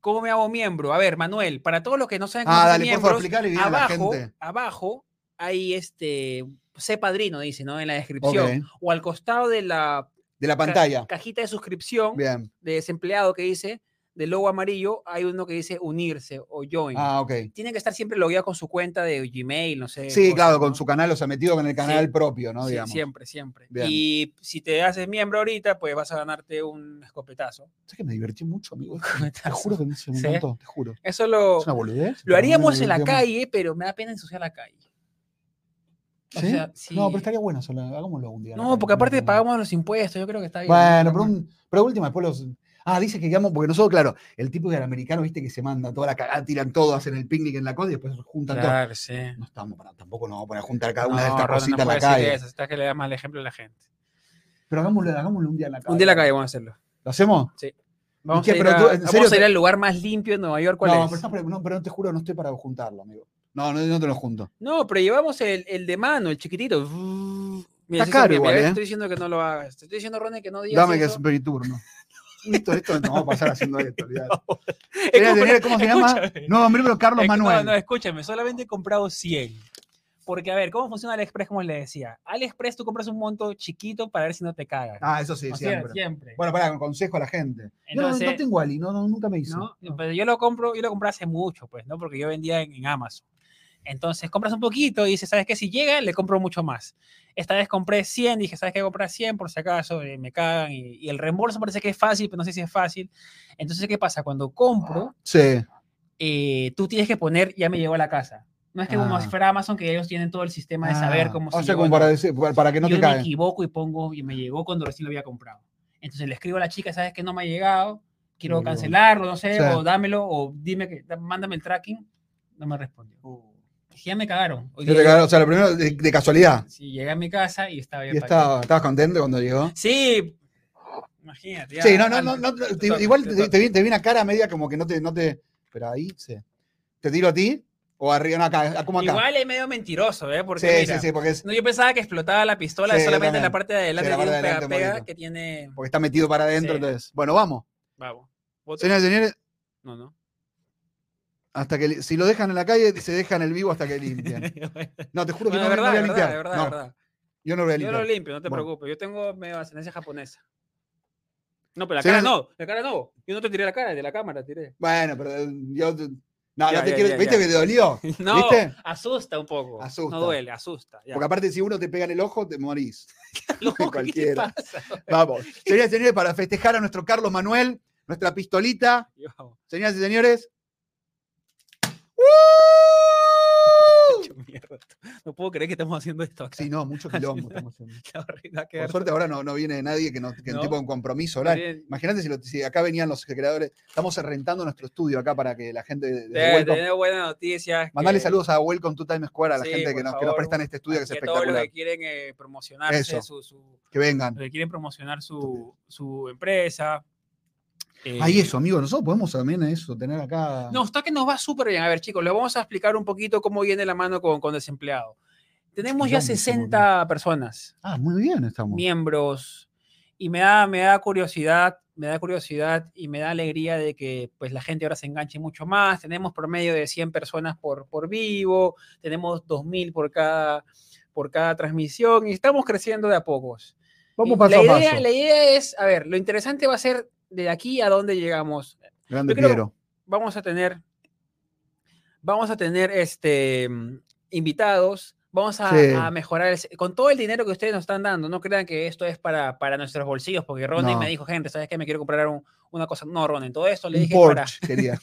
S2: ¿Cómo me hago miembro? A ver, Manuel, para todos los que no saben cómo
S1: ah,
S2: ser
S1: dale, por favor,
S2: miembros,
S1: explícale bien a la
S2: abajo,
S1: gente.
S2: abajo hay este, sé padrino, dice, ¿no? En la descripción.
S1: Ok.
S2: O al costado de la
S1: De la
S2: ca-
S1: pantalla.
S2: cajita de suscripción
S1: Bien.
S2: de desempleado que dice, del logo amarillo hay uno que dice unirse o join.
S1: Ah, ok.
S2: Tiene que estar siempre logueado con su cuenta de Gmail, no sé.
S1: Sí,
S2: cosa,
S1: claro,
S2: ¿no?
S1: con su canal, o sea, metido en el canal
S2: Sí.
S1: propio, ¿no?
S2: Sí,
S1: Digamos.
S2: siempre, siempre.
S1: Bien.
S2: Y si te haces miembro ahorita, pues vas a ganarte un escopetazo.
S1: ¿Sabes que me divertí mucho, amigo? Te
S2: Escopetazo.
S1: juro que me se me
S2: Sí.
S1: encantó, te juro.
S2: Eso lo,
S1: Es una boludez. pero
S2: lo
S1: me
S2: haríamos en la
S1: divertí mucho.
S2: calle, pero me da pena ensuciar la calle. O
S1: ¿Sí?
S2: sea, sí.
S1: No, pero estaría bueno, solo, hagámoslo un día. en la
S2: No,
S1: calle,
S2: porque aparte
S1: no, no.
S2: pagamos los impuestos, yo creo que está bien.
S1: Bueno, pero,
S2: Vamos.
S1: un, pero última, después los. Ah, dice que quedamos, porque nosotros, claro, el tipo del americano, viste que se manda toda la cagada, tiran todo, hacen el picnic en la cosa y después juntan todo.
S2: Claro, sí.
S1: No estamos para, tampoco nos vamos a poner a juntar cada una de
S2: No,
S1: estas
S2: Ronald,
S1: cositas en
S2: no
S1: la
S2: puede decir
S1: calle.
S2: eso, está que le da mal ejemplo a la gente.
S1: Pero hagámoslo, hagámoslo un día en la calle.
S2: Un día en la calle vamos a hacerlo.
S1: ¿Lo hacemos?
S2: Sí.
S1: ¿Y
S2: Vamos,
S1: qué,
S2: a, ir
S1: pero
S2: a-
S1: tú, en
S2: vamos
S1: serio
S2: a ir
S1: te-
S2: al lugar más limpio de Nueva York. ¿Cuál
S1: no,
S2: es?
S1: Pero, no, pero- no, pero te juro, no estoy para juntarlo, amigo. No, no, no te lo junto.
S2: No, pero llevamos el, el de mano, el chiquitito. Mira,
S1: Está
S2: si eso-
S1: caro
S2: mira,
S1: igual,
S2: mira,
S1: ¿eh?
S2: estoy diciendo que no lo hagas. Te estoy diciendo, Ronnie, que no digas
S1: Dame que
S2: eso.
S1: es periturno. Listo, esto no vamos a pasar haciendo esto, olvidate. Tenía
S2: Es
S1: que
S2: como-
S1: tener, ¿Cómo se llama?
S2: escúchame.
S1: No, míralo, Carlos
S2: Es que-
S1: Manuel.
S2: No, no, escúchame, solamente he comprado 100. Porque, a ver, ¿cómo funciona AliExpress? Como les decía, AliExpress tú compras un monto chiquito para ver si no te cagas.
S1: Ah, eso sí,
S2: O sea,
S1: siempre.
S2: siempre.
S1: Bueno, pará, un consejo a la gente. Yo no- no,
S2: Entonces-
S1: tengo Ali, no, no, nunca me hice.
S2: ¿no? Eh, Pero yo lo compro, yo lo compré hace mucho, pues, ¿no? Porque yo vendía en, en Amazon. Entonces compras un poquito y dices, ¿sabes qué? Si llega, le compro mucho más. Esta vez compré 100, dije, ¿sabes qué? Comprar 100 por si acaso eh, me cagan. Y, y el reembolso parece que es fácil, pero no sé si es fácil. Entonces, ¿qué pasa? Cuando
S1: Ah.
S2: compro,
S1: Sí.
S2: eh, tú tienes que poner, ya me llegó a la casa. No es que como
S1: Ah.
S2: si fuera Amazon, que ellos tienen todo el sistema de saber
S1: Ah,
S2: cómo
S1: O
S2: se
S1: sea,
S2: llegó
S1: como
S2: a
S1: para,
S2: la-
S1: decir- para- para que no
S2: yo
S1: te
S2: me
S1: caigan.
S2: equivoco y pongo, y me llegó cuando recién lo había comprado. Entonces le escribo a la chica, sabes que no me ha llegado, quiero
S1: Boludo.
S2: cancelarlo, no sé,
S1: Sí.
S2: o dámelo, o dime que, da- mándame el tracking. No me respondió. Dije, ya me cagaron. Hoy
S1: Yo
S2: día
S1: Oh. te cagaron, O sea, lo primero de, de casualidad.
S2: llegué- sí, llegué a mi casa y estaba ya
S1: ¿Y
S2: pa' acá.
S1: estaba, estabas contento cuando llegó?
S2: Sí, imagínate. ya,
S1: Sí, no, no,
S2: al-
S1: no, no,
S2: te
S1: te-
S2: toca,
S1: igual
S2: te
S1: te,
S2: toca.
S1: te vi, te vi una cara media como que no te, no te. Pero ahí, sí. ¿Te tiro a ti? ¿O arriba? No, acá, como acá.
S2: Igual es medio mentiroso, ¿eh?
S1: sí,
S2: Porque
S1: sí,
S2: mira,
S1: sí, porque, es-
S2: No, yo pensaba que explotaba la pistola
S1: Sí, yo
S2: solamente en
S1: también.
S2: la parte de adelante.
S1: Sí, la parte
S2: tiene
S1: de
S2: un
S1: adelante un
S2: pega-pega
S1: poquito.
S2: que tiene.
S1: porque está metido para adentro,
S2: Sí.
S1: entonces. Bueno, vamos.
S2: Vamos. voto.
S1: Señoras y señores,
S2: No, no.
S1: hasta que li- si lo dejan en la calle, se dejan el vivo hasta que limpien. No, te juro que no, voy- no
S2: Bueno, de verdad,
S1: voy
S2: de
S1: a
S2: verdad,
S1: limpiar.
S2: de verdad,
S1: no,
S2: de verdad.
S1: Yo no voy a
S2: Yo
S1: limpiar.
S2: lo limpio, no te
S1: Bueno.
S2: preocupes. Yo tengo medio ascendencia japonesa. No, pero la
S1: Sí,
S2: cara
S1: sí.
S2: no, la cara no. Yo no te tiré la cara, de la cámara tiré.
S1: Bueno, pero eh, yo. te- No,
S2: Ya,
S1: no te
S2: ya,
S1: quiero.
S2: ya,
S1: ¿Viste
S2: ya.
S1: que te dolió?
S2: No,
S1: ¿Viste?
S2: asusta un poco.
S1: Asusta.
S2: No duele, asusta. ya.
S1: Porque aparte, si uno te pega en el ojo, te morís.
S2: Loco, ¿qué te
S1: cualquiera.
S2: pasa?
S1: Vamos. Señoras y señores, para festejar a nuestro Carlos Manuel, nuestra pistolita.
S2: Yo,
S1: Señoras y señores.
S2: hecho mierda. No puedo creer que estamos haciendo esto acá.
S1: Sí, no, mucho quilombo estamos haciendo.
S2: La barriga va a
S1: Por
S2: quedar-
S1: suerte ahora no, no viene nadie que, no, que
S2: No.
S1: tipo un compromiso horario.
S2: Bien.
S1: Imagínate si, lo- si acá venían los creadores. Estamos rentando nuestro estudio acá para que la gente de, de
S2: Te-
S1: Welcome-
S2: Tener buenas noticias.
S1: Mandarle
S2: que-
S1: saludos a Welcome to Times Square, a la
S2: Sí,
S1: gente que
S2: por
S1: nos, que nos
S2: favor,
S1: prestan este estudio que es
S2: que todos los
S1: espectacular.
S2: que quieren eh, promocionarse
S1: Eso.
S2: su, su-
S1: Que vengan.
S2: los que quieren promocionar su, su empresa. eh,
S1: Ahí eso, amigo, nosotros podemos también eso, tener acá.
S2: No, está que nos va súper bien. A ver, chicos, les vamos a explicar un poquito cómo viene la mano con, con desempleado. Tenemos ya
S1: Quilombo, quilombo.
S2: 60 personas,
S1: Ah, muy bien estamos.
S2: miembros, y me da, me da curiosidad, me da curiosidad y me da alegría de que pues la gente ahora se enganche mucho más. Tenemos promedio de 100 personas por, por vivo, tenemos 2.000 por cada, por cada transmisión y estamos creciendo de a pocos.
S1: Vamos
S2: Y
S1: paso
S2: la
S1: a
S2: idea,
S1: paso.
S2: La idea es, a ver, lo interesante va a ser de aquí a dónde llegamos.
S1: Grande
S2: yo creo-
S1: Piero.
S2: Vamos a tener, vamos a tener este mm, invitados, vamos a,
S1: Sí.
S2: a mejorar el se- con todo el dinero que ustedes nos están dando. No crean que esto es para, para nuestros bolsillos, porque Ronnie
S1: No.
S2: me dijo, gente, ¿sabes qué? Me quiero comprar un- una cosa. No, Ronnie, todo esto le
S1: Un
S2: dije para
S1: Porsche quería.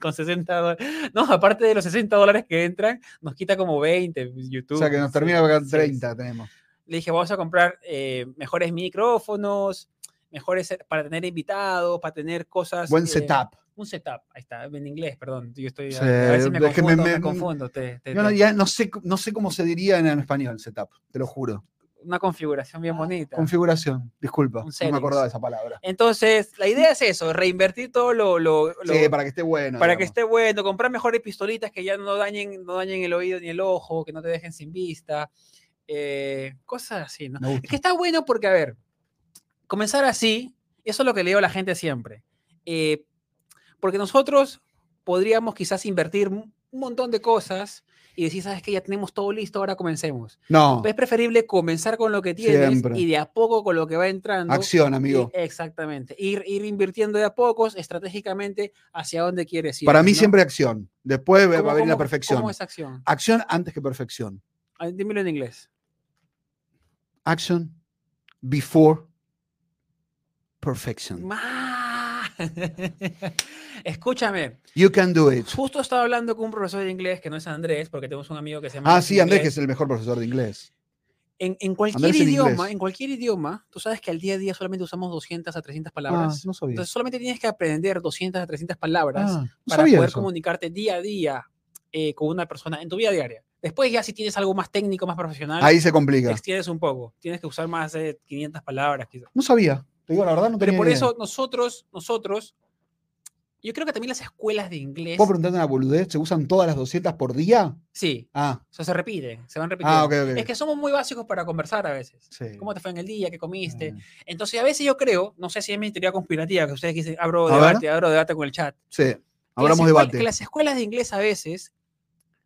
S2: con 60 dólares. No, aparte de los 60 dólares que entran, nos quita como 20 YouTube.
S1: O sea que nos
S2: sí,
S1: termina para
S2: sí, sí.
S1: 30 tenemos.
S2: le dije, vamos a comprar eh, mejores micrófonos, mejores eh, para tener invitados, para tener cosas.
S1: Buen
S2: eh,
S1: setup.
S2: Un setup, ahí está, en inglés, perdón. Yo estoy.
S1: Sí,
S2: a veces me
S1: es que me-
S2: confundo, me,
S1: me-
S2: confundo. te- te-
S1: Yo no,
S2: te-
S1: ya no sé, no sé cómo se diría en, en español setup, te lo juro.
S2: Una configuración
S1: Ah,
S2: bien bonita.
S1: Configuración, disculpa.
S2: Un
S1: No me
S2: settings.
S1: acordaba de esa palabra.
S2: Entonces, la idea es eso: reinvertir todo lo. lo, lo-
S1: Sí, para que esté bueno.
S2: para que
S1: digamos.
S2: esté bueno, comprar mejores pistolitas que ya no dañen, no dañen el oído ni el ojo, que no te dejen sin vista, eh, cosas así, ¿no?
S1: Me gusta.
S2: Es que está bueno porque, a ver, comenzar así, eso es lo que le digo a la gente siempre. eh, porque nosotros podríamos quizás invertir un un montón de cosas y decir, sabes que ya tenemos todo listo, ahora comencemos.
S1: No,
S2: Es preferible comenzar con lo que tienes
S1: Siempre.
S2: y de a poco con lo que va entrando.
S1: acción,
S2: y-
S1: amigo.
S2: exactamente. Ir, ir invirtiendo de a pocos estratégicamente hacia dónde quieres ir.
S1: Para mí
S2: ¿no?
S1: siempre acción. Después va
S2: ¿Cómo-
S1: a venir la
S2: cómo-
S1: perfección.
S2: ¿Cómo es acción?
S1: Acción antes que perfección.
S2: Ah, Dímelo en inglés.
S1: Action before perfection.
S2: Ma- Escúchame,
S1: You can do it.
S2: justo estaba hablando con un profesor de inglés que no es Andrés, porque tenemos un amigo que se llama.
S1: Ah, sí, Andrés, que
S2: inglés.
S1: es el mejor profesor de inglés.
S2: En, en cualquier
S1: Andrés en
S2: idioma,
S1: inglés.
S2: en cualquier idioma, tú sabes que al día a día solamente usamos 200 a 300
S1: Ah,
S2: palabras.
S1: no sabía.
S2: Entonces solamente tienes que aprender 200 a 300 palabras
S1: Ah, no
S2: para
S1: sabía
S2: poder
S1: eso.
S2: comunicarte día a día eh, con una persona en tu vida diaria. Después ya si tienes algo más técnico, más profesional,
S1: Ahí se complica.
S2: extiendes un poco. Tienes que usar más de 500 palabras quizás.
S1: No sabía. Te digo la verdad, no
S2: Pero
S1: tenía
S2: por
S1: idea.
S2: eso nosotros, nosotros, yo creo que también las escuelas de inglés,
S1: ¿Puedo preguntarte una boludez? ¿Se usan todas las 200 por día?
S2: sí,
S1: Ah,
S2: o sea, se repiten, se van repitiendo.
S1: ah ok, ok.
S2: Es que somos muy básicos para conversar a veces.
S1: Sí.
S2: ¿Cómo te fue en el día? ¿Qué comiste?
S1: Ah.
S2: Entonces, a veces yo creo, no sé si es mi teoría conspirativa, que ustedes dicen, abro
S1: A ver.
S2: debate, abro debate con el chat. que
S1: Sí,
S2: las
S1: abramos
S2: escuel-
S1: debate.
S2: Que las escuelas de inglés a veces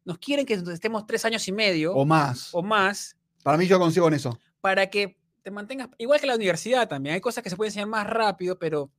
S2: nos quieren que estemos tres años y medio
S1: O
S2: o,
S1: más.
S2: más
S1: Para mí yo consigo en eso.
S2: para que te mantengas, igual que la universidad también, hay cosas que se pueden enseñar más rápido, pero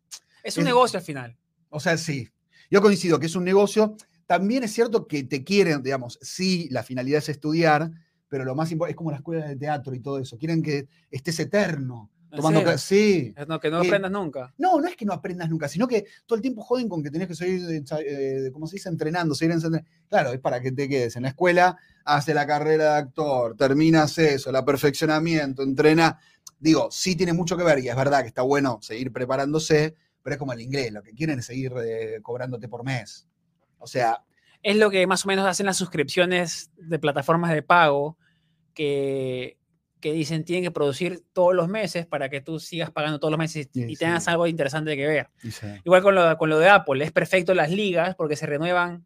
S2: es un
S1: Es-
S2: negocio al final.
S1: O sea, sí. Yo coincido que es un negocio. También es cierto que te quieren, digamos, sí, la finalidad es estudiar, pero lo más importante es como la escuela de teatro y todo eso. Quieren que estés eterno,
S2: ¿En
S1: tomando
S2: serio?
S1: clases. Sí.
S2: No, que no
S1: Eh,
S2: aprendas nunca.
S1: No, no es que no aprendas nunca, sino que todo el tiempo joden con que tenés que seguir, eh, sa- eh, ¿cómo se dice? Entrenando, seguir entrenando. Claro, es para que te quedes en la escuela, haces la carrera de actor, terminas eso, el perfeccionamiento, entrena. Digo, sí tiene mucho que ver y es verdad que está bueno seguir preparándose, pero es como el inglés, lo que quieren es seguir eh, cobrándote por mes. O sea,
S2: Es lo que más o menos hacen las suscripciones de plataformas de pago que, que dicen tienen que producir todos los meses para que tú sigas pagando todos los meses y,
S1: Sí,
S2: y tengas
S1: sí.
S2: algo interesante que ver. Igual con lo, con lo de Apple, es perfecto las ligas porque se renuevan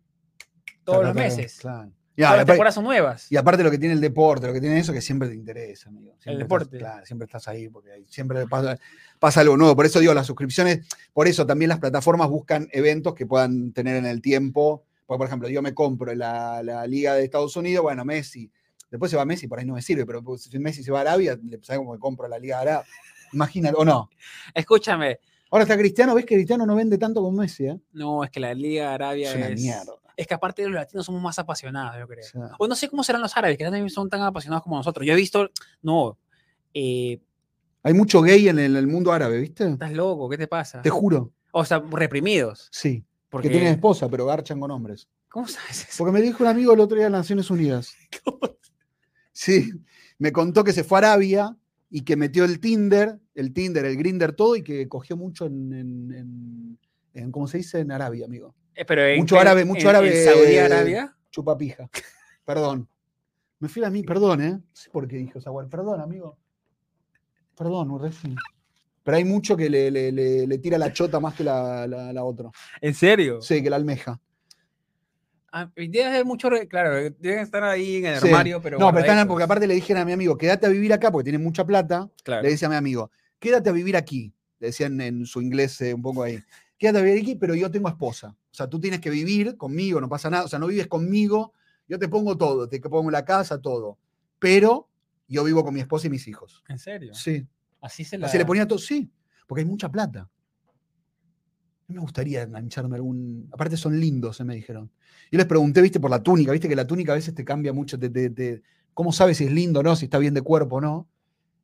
S2: todos los meses.
S1: Claro. Y,
S2: Todas las
S1: aparte,
S2: temporadas son nuevas.
S1: y aparte lo que tiene el deporte, lo que tiene eso, que siempre te interesa, amigo. Siempre estás-
S2: deporte.
S1: claro, siempre estás ahí, porque ahí siempre pasa, pasa algo nuevo. Por eso digo, las suscripciones, por eso también las plataformas buscan eventos que puedan tener en el tiempo. Porque, por ejemplo, yo me compro la, la Liga de Estados Unidos, bueno, Messi. Después se va Messi, por ahí no me sirve, pero pues, si Messi se va a Arabia, le sabes cómo me compro la Liga de Arabia. Imagínate, o no.
S2: Escúchame,
S1: Ahora está Cristiano, ves que Cristiano no vende tanto como Messi, ¿eh?
S2: no, es que la Liga de Arabia
S1: Es una
S2: es...
S1: mierda.
S2: Es que aparte los latinos somos más apasionados, yo creo.
S1: O sea,
S2: O no sé cómo serán los árabes, que también son tan apasionados como nosotros. Yo he visto, no, eh,
S1: hay mucho gay en el, el mundo árabe, ¿viste?
S2: estás loco, ¿qué te pasa?
S1: Te juro,
S2: O sea, reprimidos.
S1: sí.
S2: Porque,
S1: Que tienen esposa, pero garchan con hombres.
S2: ¿Cómo sabes eso?
S1: Porque me dijo un amigo el otro día de Naciones Unidas. Sí, me contó que se fue a Arabia y que metió el Tinder, el Tinder, el Grinder, todo y que cogió mucho en, en, en- en- ¿cómo se dice? En Arabia, amigo.
S2: Eh, pero en-
S1: Mucho
S2: en-
S1: árabe, mucho
S2: en-
S1: árabe,
S2: En Saudi
S1: eh,
S2: Arabia.
S1: Chupapija. Perdón. Me fui a mí, perdón, ¿eh? No sé por qué dije esa hueá. Perdón, amigo. Perdón, recién. Pero hay mucho que le, le- le- le tira la chota más que la, la, la otra.
S2: ¿En serio?
S1: Sí, que la almeja.
S2: Ah, y debe haber mucho, re- claro, deben estar ahí en el
S1: Sí.
S2: armario, pero
S1: no, pero están,
S2: guardaditos.
S1: porque aparte le dijeron a mi amigo, quédate a vivir acá porque tiene mucha plata.
S2: Claro.
S1: Le decía a mi amigo, quédate a vivir aquí. Le decían en su inglés eh, un poco ahí. Quédate a vivir aquí, pero yo tengo esposa. O sea, tú tienes que vivir conmigo, no pasa nada. O sea, no vives conmigo, yo te pongo todo, te pongo la casa, todo. Pero yo vivo con mi esposa y mis hijos.
S2: ¿En serio?
S1: Sí.
S2: Así se la...
S1: Así le ponía todo, sí, porque hay mucha plata. No me gustaría engancharme a algún. Aparte, son lindos, se me dijeron. Yo les pregunté, viste, por la túnica, viste que la túnica a veces te cambia mucho. Te, te- te- ¿Cómo sabes si es lindo o no? Si está bien de cuerpo o no.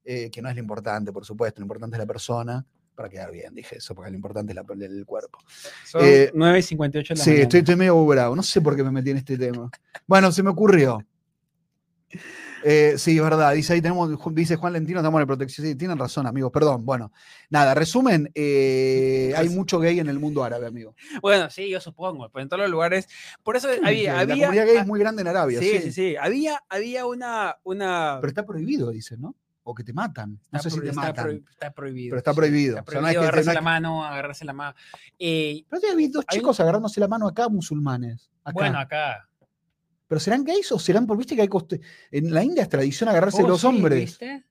S1: Eh, que no es lo importante, por supuesto. Lo importante es la persona para quedar bien, dije eso, porque lo importante es la- el cuerpo.
S2: Son
S1: eh,
S2: 9 y 58 de la
S1: Sí,
S2: mañana.
S1: estoy, estoy medio bravo. No sé por qué me metí en este tema. Bueno, se me ocurrió. Eh, sí, es verdad. Dice ahí tenemos, Ju- dice Juan Lentino, estamos en el protección. Sí, tienen razón, amigos. Perdón. Bueno, nada, resumen, eh, hay mucho gay en el mundo árabe, amigo.
S2: Bueno, sí, yo supongo, pues en todos los lugares. Por eso había...
S1: la
S2: había
S1: comunidad gay
S2: ah,
S1: es muy grande en Arabia, sí,
S2: sí, sí, sí. Había, había una... una
S1: Pero está prohibido, dice, ¿no? O que te matan. No sé
S2: pro-
S1: si te
S2: está,
S1: matan.
S2: pro- está prohibido.
S1: Pero está
S2: sí,
S1: prohibido.
S2: Está
S1: O sea, no es
S2: prohibido
S1: que-
S2: agarrarse
S1: no es
S2: la
S1: que-
S2: mano, agarrarse la mano. Eh,
S1: Pero te vi dos
S2: Hay un-
S1: chicos agarrándose la mano acá, musulmanes. Acá.
S2: bueno, acá.
S1: ¿Pero serán gays o serán por viste que hay coste... En la India es tradición agarrarse
S2: Oh,
S1: los
S2: sí,
S1: hombres.
S2: ¿viste?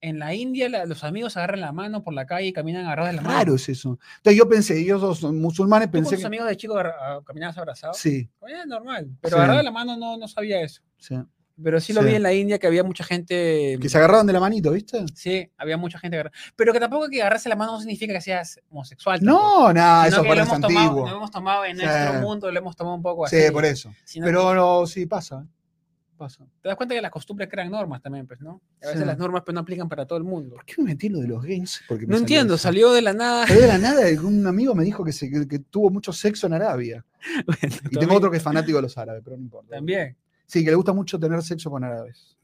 S2: En la India la- los amigos agarran la mano por la calle y caminan agarrados de la mano.
S1: Raro es eso. Entonces yo pensé, ellos son musulmanes,
S2: ¿Tú con
S1: pensé
S2: tus
S1: que.
S2: amigos de chico agar- ah, caminabas abrazados?
S1: Sí,
S2: Oye, normal. Pero
S1: Sí.
S2: agarrado de la mano no, no sabía eso.
S1: sí.
S2: Pero sí lo
S1: Sí.
S2: vi en la India que había mucha gente.
S1: Que se agarraron de la manito, ¿viste?
S2: Sí, había mucha gente agarrada. Pero que tampoco que agarrarse la mano no significa que seas homosexual. tampoco.
S1: No, nada,
S2: Sino
S1: eso
S2: que
S1: para
S2: lo
S1: es
S2: hemos tomado-
S1: antiguo.
S2: Lo hemos tomado en
S1: Sí.
S2: nuestro mundo, lo hemos tomado un poco
S1: Sí,
S2: así.
S1: por eso.
S2: Sino que
S1: Pero no, sí, pasa. ¿eh? Pasa.
S2: te das cuenta que las costumbres crean normas también, pues, ¿no? A veces
S1: Sí.
S2: las normas pues, no aplican para todo el mundo.
S1: ¿Por qué me metí en lo de los gays? Porque me
S2: No
S1: salió
S2: entiendo,
S1: eso.
S2: salió de la nada.
S1: Pero de la nada, un amigo me dijo que, se- que- que tuvo mucho sexo en Arabia. Y
S2: Tu
S1: tengo
S2: amigo
S1: otro que es fanático de los árabes, pero no importa.
S2: También.
S1: Sí, que le gusta mucho tener sexo con árabes.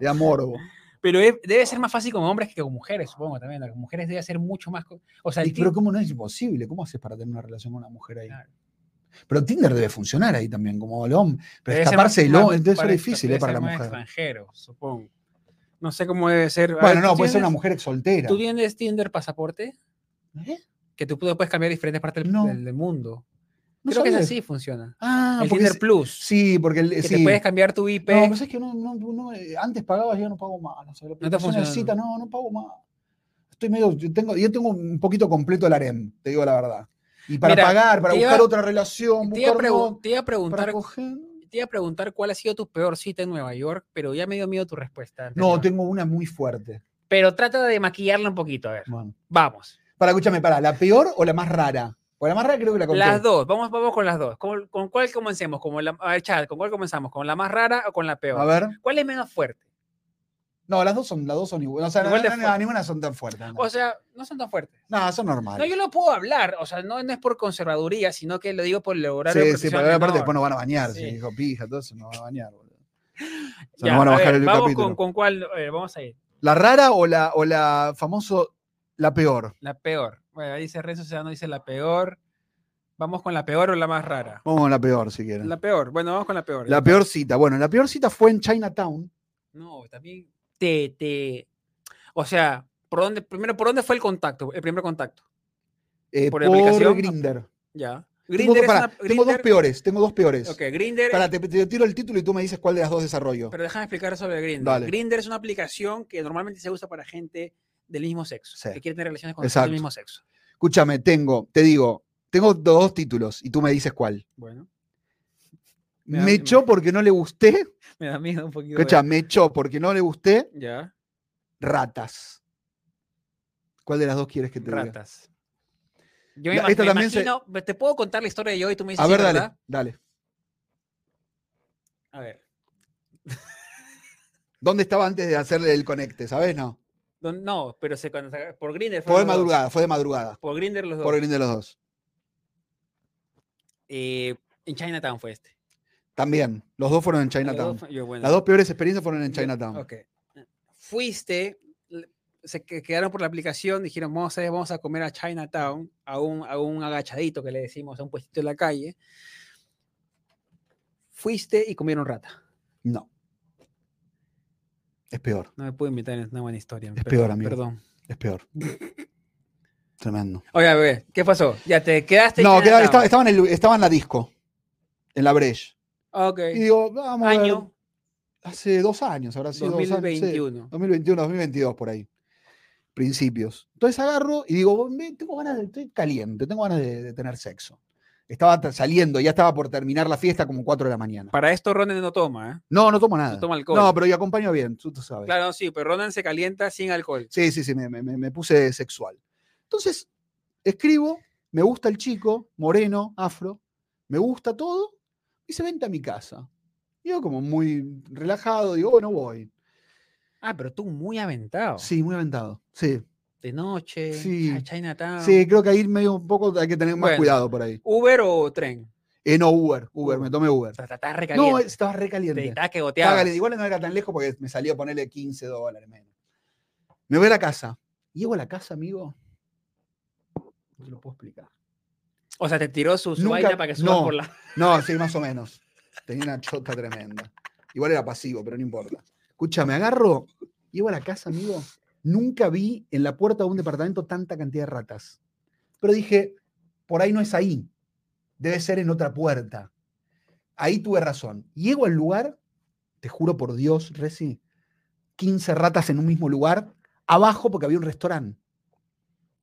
S1: Le da morbo.
S2: Pero es- debe ser más fácil con hombres que con mujeres, supongo también. Las mujeres debe ser mucho más. co- O sea, el
S1: Y, pero
S2: tipo-
S1: ¿cómo no es imposible? ¿Cómo haces para tener una relación con una mujer ahí?
S2: Claro.
S1: Pero Tinder debe funcionar ahí también, como el hombre. Pero
S2: debe ser
S1: escaparse del
S2: más-
S1: hombre,
S2: más
S1: entonces
S2: para
S1: era
S2: extra-
S1: difícil eh,
S2: debe
S1: para
S2: ser
S1: la
S2: más
S1: mujer.
S2: extranjero, supongo. No sé cómo debe ser. A
S1: Bueno,
S2: ver,
S1: no,
S2: ¿tú
S1: puede ser una
S2: tienes-
S1: mujer soltera.
S2: ¿Tú tienes Tinder pasaporte?
S1: ¿Eh?
S2: Que tú puedes cambiar diferentes partes del,
S1: No.
S2: del- del mundo.
S1: No
S2: Creo que
S1: sabía.
S2: es así funciona.
S1: Ah,
S2: el
S1: porque
S2: Tinder
S1: es-
S2: Plus.
S1: Sí, porque el,
S2: que
S1: sí.
S2: te puedes cambiar tu IP.
S1: No, pues es que no, no, no, eh, antes pagabas, yo no pago más. No, sé, la
S2: te
S1: aplicación de
S2: funciona.
S1: cita, no, no pago más. Estoy medio, yo tengo, yo tengo un poquito completo el harem, te digo la verdad. Y para
S2: Mira,
S1: pagar, para
S2: te iba-
S1: buscar otra relación,
S2: te, iba a
S1: buscar
S2: pregun-
S1: no,
S2: te iba a
S1: para
S2: preguntar,
S1: coger.
S2: te iba a preguntar cuál ha sido tu peor cita en Nueva York, pero ya me dio miedo tu respuesta.
S1: No,
S2: anterior.
S1: tengo una muy fuerte.
S2: Pero trata de maquillarla un poquito, a ver.
S1: Bueno.
S2: Vamos.
S1: Para, escúchame, para, ¿la peor o la más rara? Porque la más rara creo que la conté.
S2: Las dos, vamos, vamos con las dos. ¿Con, con cuál comencemos? Como la, a ver, chat, ¿con cuál comenzamos? ¿Con la más rara o con la peor?
S1: A ver.
S2: ¿Cuál es menos fuerte?
S1: No, las dos son, las dos son iguales. O sea, no-
S2: Igual de
S1: no, no,
S2: fuerte.
S1: ninguna son tan fuertes. No,
S2: O sea, no son tan fuertes.
S1: No, son
S2: No,
S1: normales.
S2: yo lo puedo hablar, o sea, no, no es por conservaduría, sino que lo digo por el horario.
S1: sí, sí,
S2: profesional
S1: pero aparte
S2: menor.
S1: después no van a bañar.
S2: Sí.
S1: Si dijo pija, todo eso no van a bañar, boludo. O sea,
S2: Ya,
S1: no van a
S2: a
S1: bajar
S2: ver,
S1: el
S2: vamos
S1: capítulo.
S2: Con, con cuál eh, vamos a ir.
S1: ¿La rara o la, o la famoso, la peor?
S2: La peor. Bueno, ahí dice Renzo Sedano, dice la peor. Vamos con la peor o la más rara.
S1: Vamos con la peor, si quieren. La,
S2: La peor. Bueno, vamos con la peor. ya.
S1: peor cita. Bueno, la peor cita fue en Chinatown.
S2: No, también te, te. O sea, ¿por dónde, primero, ¿por dónde fue el contacto? El primer contacto.
S1: eh,
S2: ¿Por
S1: por
S2: aplicación?
S1: Grinder.
S2: Ya.
S1: Tengo,
S2: Grindr es
S1: pará,
S2: una-
S1: tengo dos
S2: Grindr-
S1: peores, tengo dos peores.
S2: Ok, Grindr.
S1: Pará, te, te tiro el título y tú me dices cuál de las dos desarrollo.
S2: Pero déjame explicar sobre Grindr.
S1: Dale.
S2: Grindr es una aplicación que normalmente se usa para gente del mismo sexo,
S1: Sí.
S2: que quiere tener relaciones con
S1: Exacto.
S2: el mismo sexo.
S1: Escúchame, tengo, te digo, tengo dos títulos y tú me dices cuál.
S2: Bueno, Me da- eh.
S1: Me echó porque no le gusté.
S2: me da miedo un poquito.
S1: Escucha, me echó porque no le gusté.
S2: Ya.
S1: Ratas. ¿Cuál de las dos quieres que te diga?
S2: Ratas. Yo me,
S1: La-
S2: ima-
S1: esta
S2: me
S1: también se-
S2: imagino, te puedo contar la historia de yo y tú me dices,
S1: A
S2: sí,
S1: ver, dale,
S2: ¿verdad?
S1: dale.
S2: A ver.
S1: ¿Dónde estaba antes de hacerle el conecte? ¿Sabes? No.
S2: No, No, pero se conecta- por
S1: Fue
S2: Grindr.
S1: de
S2: fueron los dos.
S1: madrugada, fue de madrugada.
S2: Por Grindr los dos.
S1: Por el de los dos.
S2: Eh, en Chinatown fue este.
S1: También. Los dos fueron en
S2: A los dos
S1: Chinatown.
S2: fue- yo, bueno,
S1: Las dos peores experiencias fueron en
S2: yo-
S1: Chinatown.
S2: ok. Fuiste, l- se que- quedaron por la aplicación, dijeron, vamos a, vamos a comer a Chinatown, a un, a un agachadito que le decimos, a un puestito en la calle. Fuiste y comieron rata.
S1: No. Es peor,
S2: No me pude invitar, es una buena historia.
S1: Es peor,
S2: perdón,
S1: amigo.
S2: Perdón.
S1: es peor. Tremendo.
S2: Oye, bebé, ¿qué pasó? Ya te quedaste. en
S1: No, quedaba-
S2: Chinatown.
S1: estaba, estaba en el- estaba en la disco, en la Breche.
S2: Ok.
S1: Y digo, vamos. a ver,
S2: Año
S1: hace dos años, ahora sido dos años. sí.
S2: 2021.
S1: 2021, 2022 por ahí. Principios. Entonces agarro y digo, "Me- tengo ganas de, estoy caliente, tengo ganas de, de tener sexo. Estaba ta- saliendo, ya estaba por terminar la fiesta como 4 de la mañana.
S2: Para esto Ronan no toma, ¿eh?
S1: No, no tomo nada.
S2: toma alcohol.
S1: No, pero yo acompaño bien, tú, tú sabes.
S2: Claro, sí, pero Ronan se calienta sin alcohol.
S1: Sí, sí, sí, me, me- me- me puse sexual. Entonces, escribo, me gusta el chico, moreno, afro, me gusta todo, y se vente a mi casa. Yo como muy relajado, digo, bueno, voy.
S2: Ah, pero tú muy aventado.
S1: Sí, muy aventado. Sí,
S2: De noche,
S1: Sí.
S2: a Chinatown.
S1: Sí, creo que ahí medio un poco hay que tener más
S2: Ah. Bueno.
S1: cuidado por ahí.
S2: ¿Uber o tren?
S1: Eh, no, Uber, Uber,
S2: Uber.
S1: me tomé Uber.
S2: O sea, estás recaliente.
S1: No, estaba recaliente.
S2: Estás que
S1: Estaba
S2: goteabas.
S1: caliente. Igual no era tan lejos porque me salió a ponerle 15 dólares menos. Me voy a la casa. Llego a la casa, amigo. No te lo puedo explicar.
S2: O sea, te tiró su, su
S1: Nunca-
S2: vaina para que subas
S1: no.
S2: por la...
S1: No, sí, más o menos. Tenía una chota tremenda. Igual era pasivo, pero no importa. Escúchame, agarro, llego a la casa, amigo. Nunca vi en la puerta de un departamento tanta cantidad de ratas. Pero dije, por ahí no es ahí. Debe ser en otra puerta. Ahí tuve razón. Llego al lugar, te juro por Dios, Reci, 15 ratas en un mismo lugar, abajo porque había un restaurante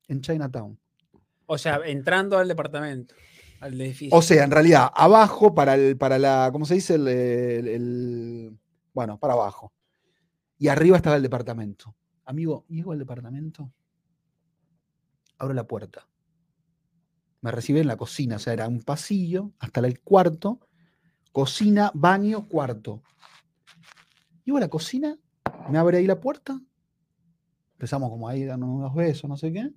S1: en Chinatown.
S2: O sea, entrando al departamento, al edificio.
S1: O sea, en realidad, abajo para, el, para la, ¿cómo se dice? El, el- el- bueno, para abajo. Y arriba estaba el departamento. Amigo, llego al departamento, abro la puerta. Me reciben en la cocina, o sea, era un pasillo hasta el cuarto, cocina, baño, cuarto. Llego a la cocina, me abre ahí la puerta, empezamos como ahí dándonos unos besos, no sé qué.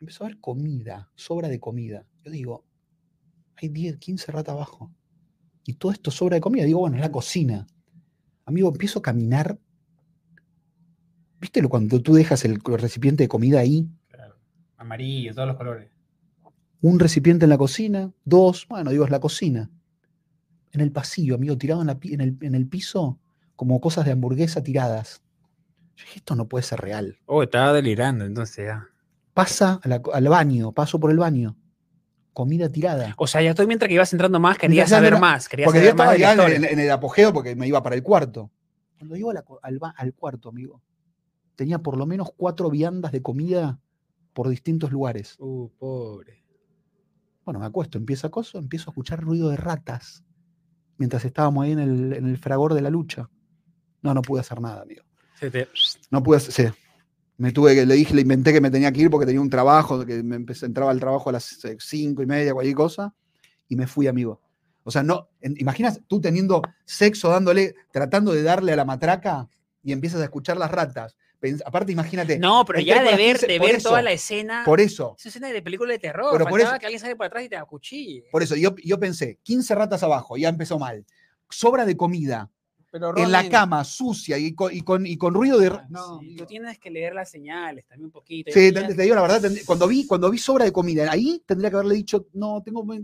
S1: Empezó a haber comida, sobra de comida. Yo digo, hay 10, 15 ratas abajo. Y todo esto sobra de comida. Digo, bueno, es la cocina. Amigo, empiezo a caminar. ¿Viste lo- cuando tú dejas el co- recipiente de comida ahí?
S2: Amarillo, todos los colores.
S1: Un recipiente en la cocina, dos, bueno, digo, es la cocina. En el pasillo, amigo, tirado en, la pi- en el, en el piso, como cosas de hamburguesa tiradas. Yo dije, esto no puede ser real.
S2: Oh, estaba delirando entonces ya.
S1: Pasa a la co- al baño, paso por el baño. Comida tirada.
S2: O sea, ya estoy mientras que ibas entrando más, quería
S1: Mientras ya
S2: saber
S1: entra-
S2: más, quería
S1: Porque yo
S2: saber
S1: estaba
S2: más de la
S1: ya en,
S2: historia.
S1: en el apogeo porque me iba para el cuarto. Cuando iba a la co- al, ba- al cuarto, amigo, tenía por lo menos cuatro viandas de comida por distintos lugares.
S2: Uh, pobre.
S1: Bueno, me acuesto, empieza acoso, empiezo a escuchar ruido de ratas mientras estábamos ahí en el, en el fragor de la lucha. No, no pude hacer nada, amigo.
S2: Se te-
S1: No pude hacer. sí. Me tuve que, le dije, le inventé que me tenía que ir porque tenía un trabajo, que me empecé- entraba al trabajo a las eh, cinco y media, cualquier cosa, y me fui, amigo. O sea, no, en- imaginas tú teniendo sexo, dándole, tratando de darle a la matraca y empiezas a escuchar las ratas. Pens- aparte, imagínate.
S2: No, pero
S1: entré
S2: ya
S1: con las
S2: de ver,
S1: 15,
S2: de
S1: Este por
S2: ver toda
S1: eso,
S2: la escena.
S1: Por eso,
S2: Es escena de película de terror.
S1: Pero por
S2: Faltaba
S1: eso-
S2: que alguien sale por atrás y te acuchille.
S1: por eso, yo, yo pensé, 15 ratas abajo, ya empezó mal. Sobra de comida,
S2: Pero
S1: en la
S2: Ronen-
S1: cama, sucia y con, y con, y con ruido de... ra-
S2: Ah,
S1: No,
S2: sí,
S1: amigo.
S2: Tú tienes que leer las señales también un poquito.
S1: Sí,
S2: Ya-
S1: te, te digo la verdad, tendrí- cuando vi, cuando vi sobra de comida, ahí tendría que haberle dicho, no, tengo, me,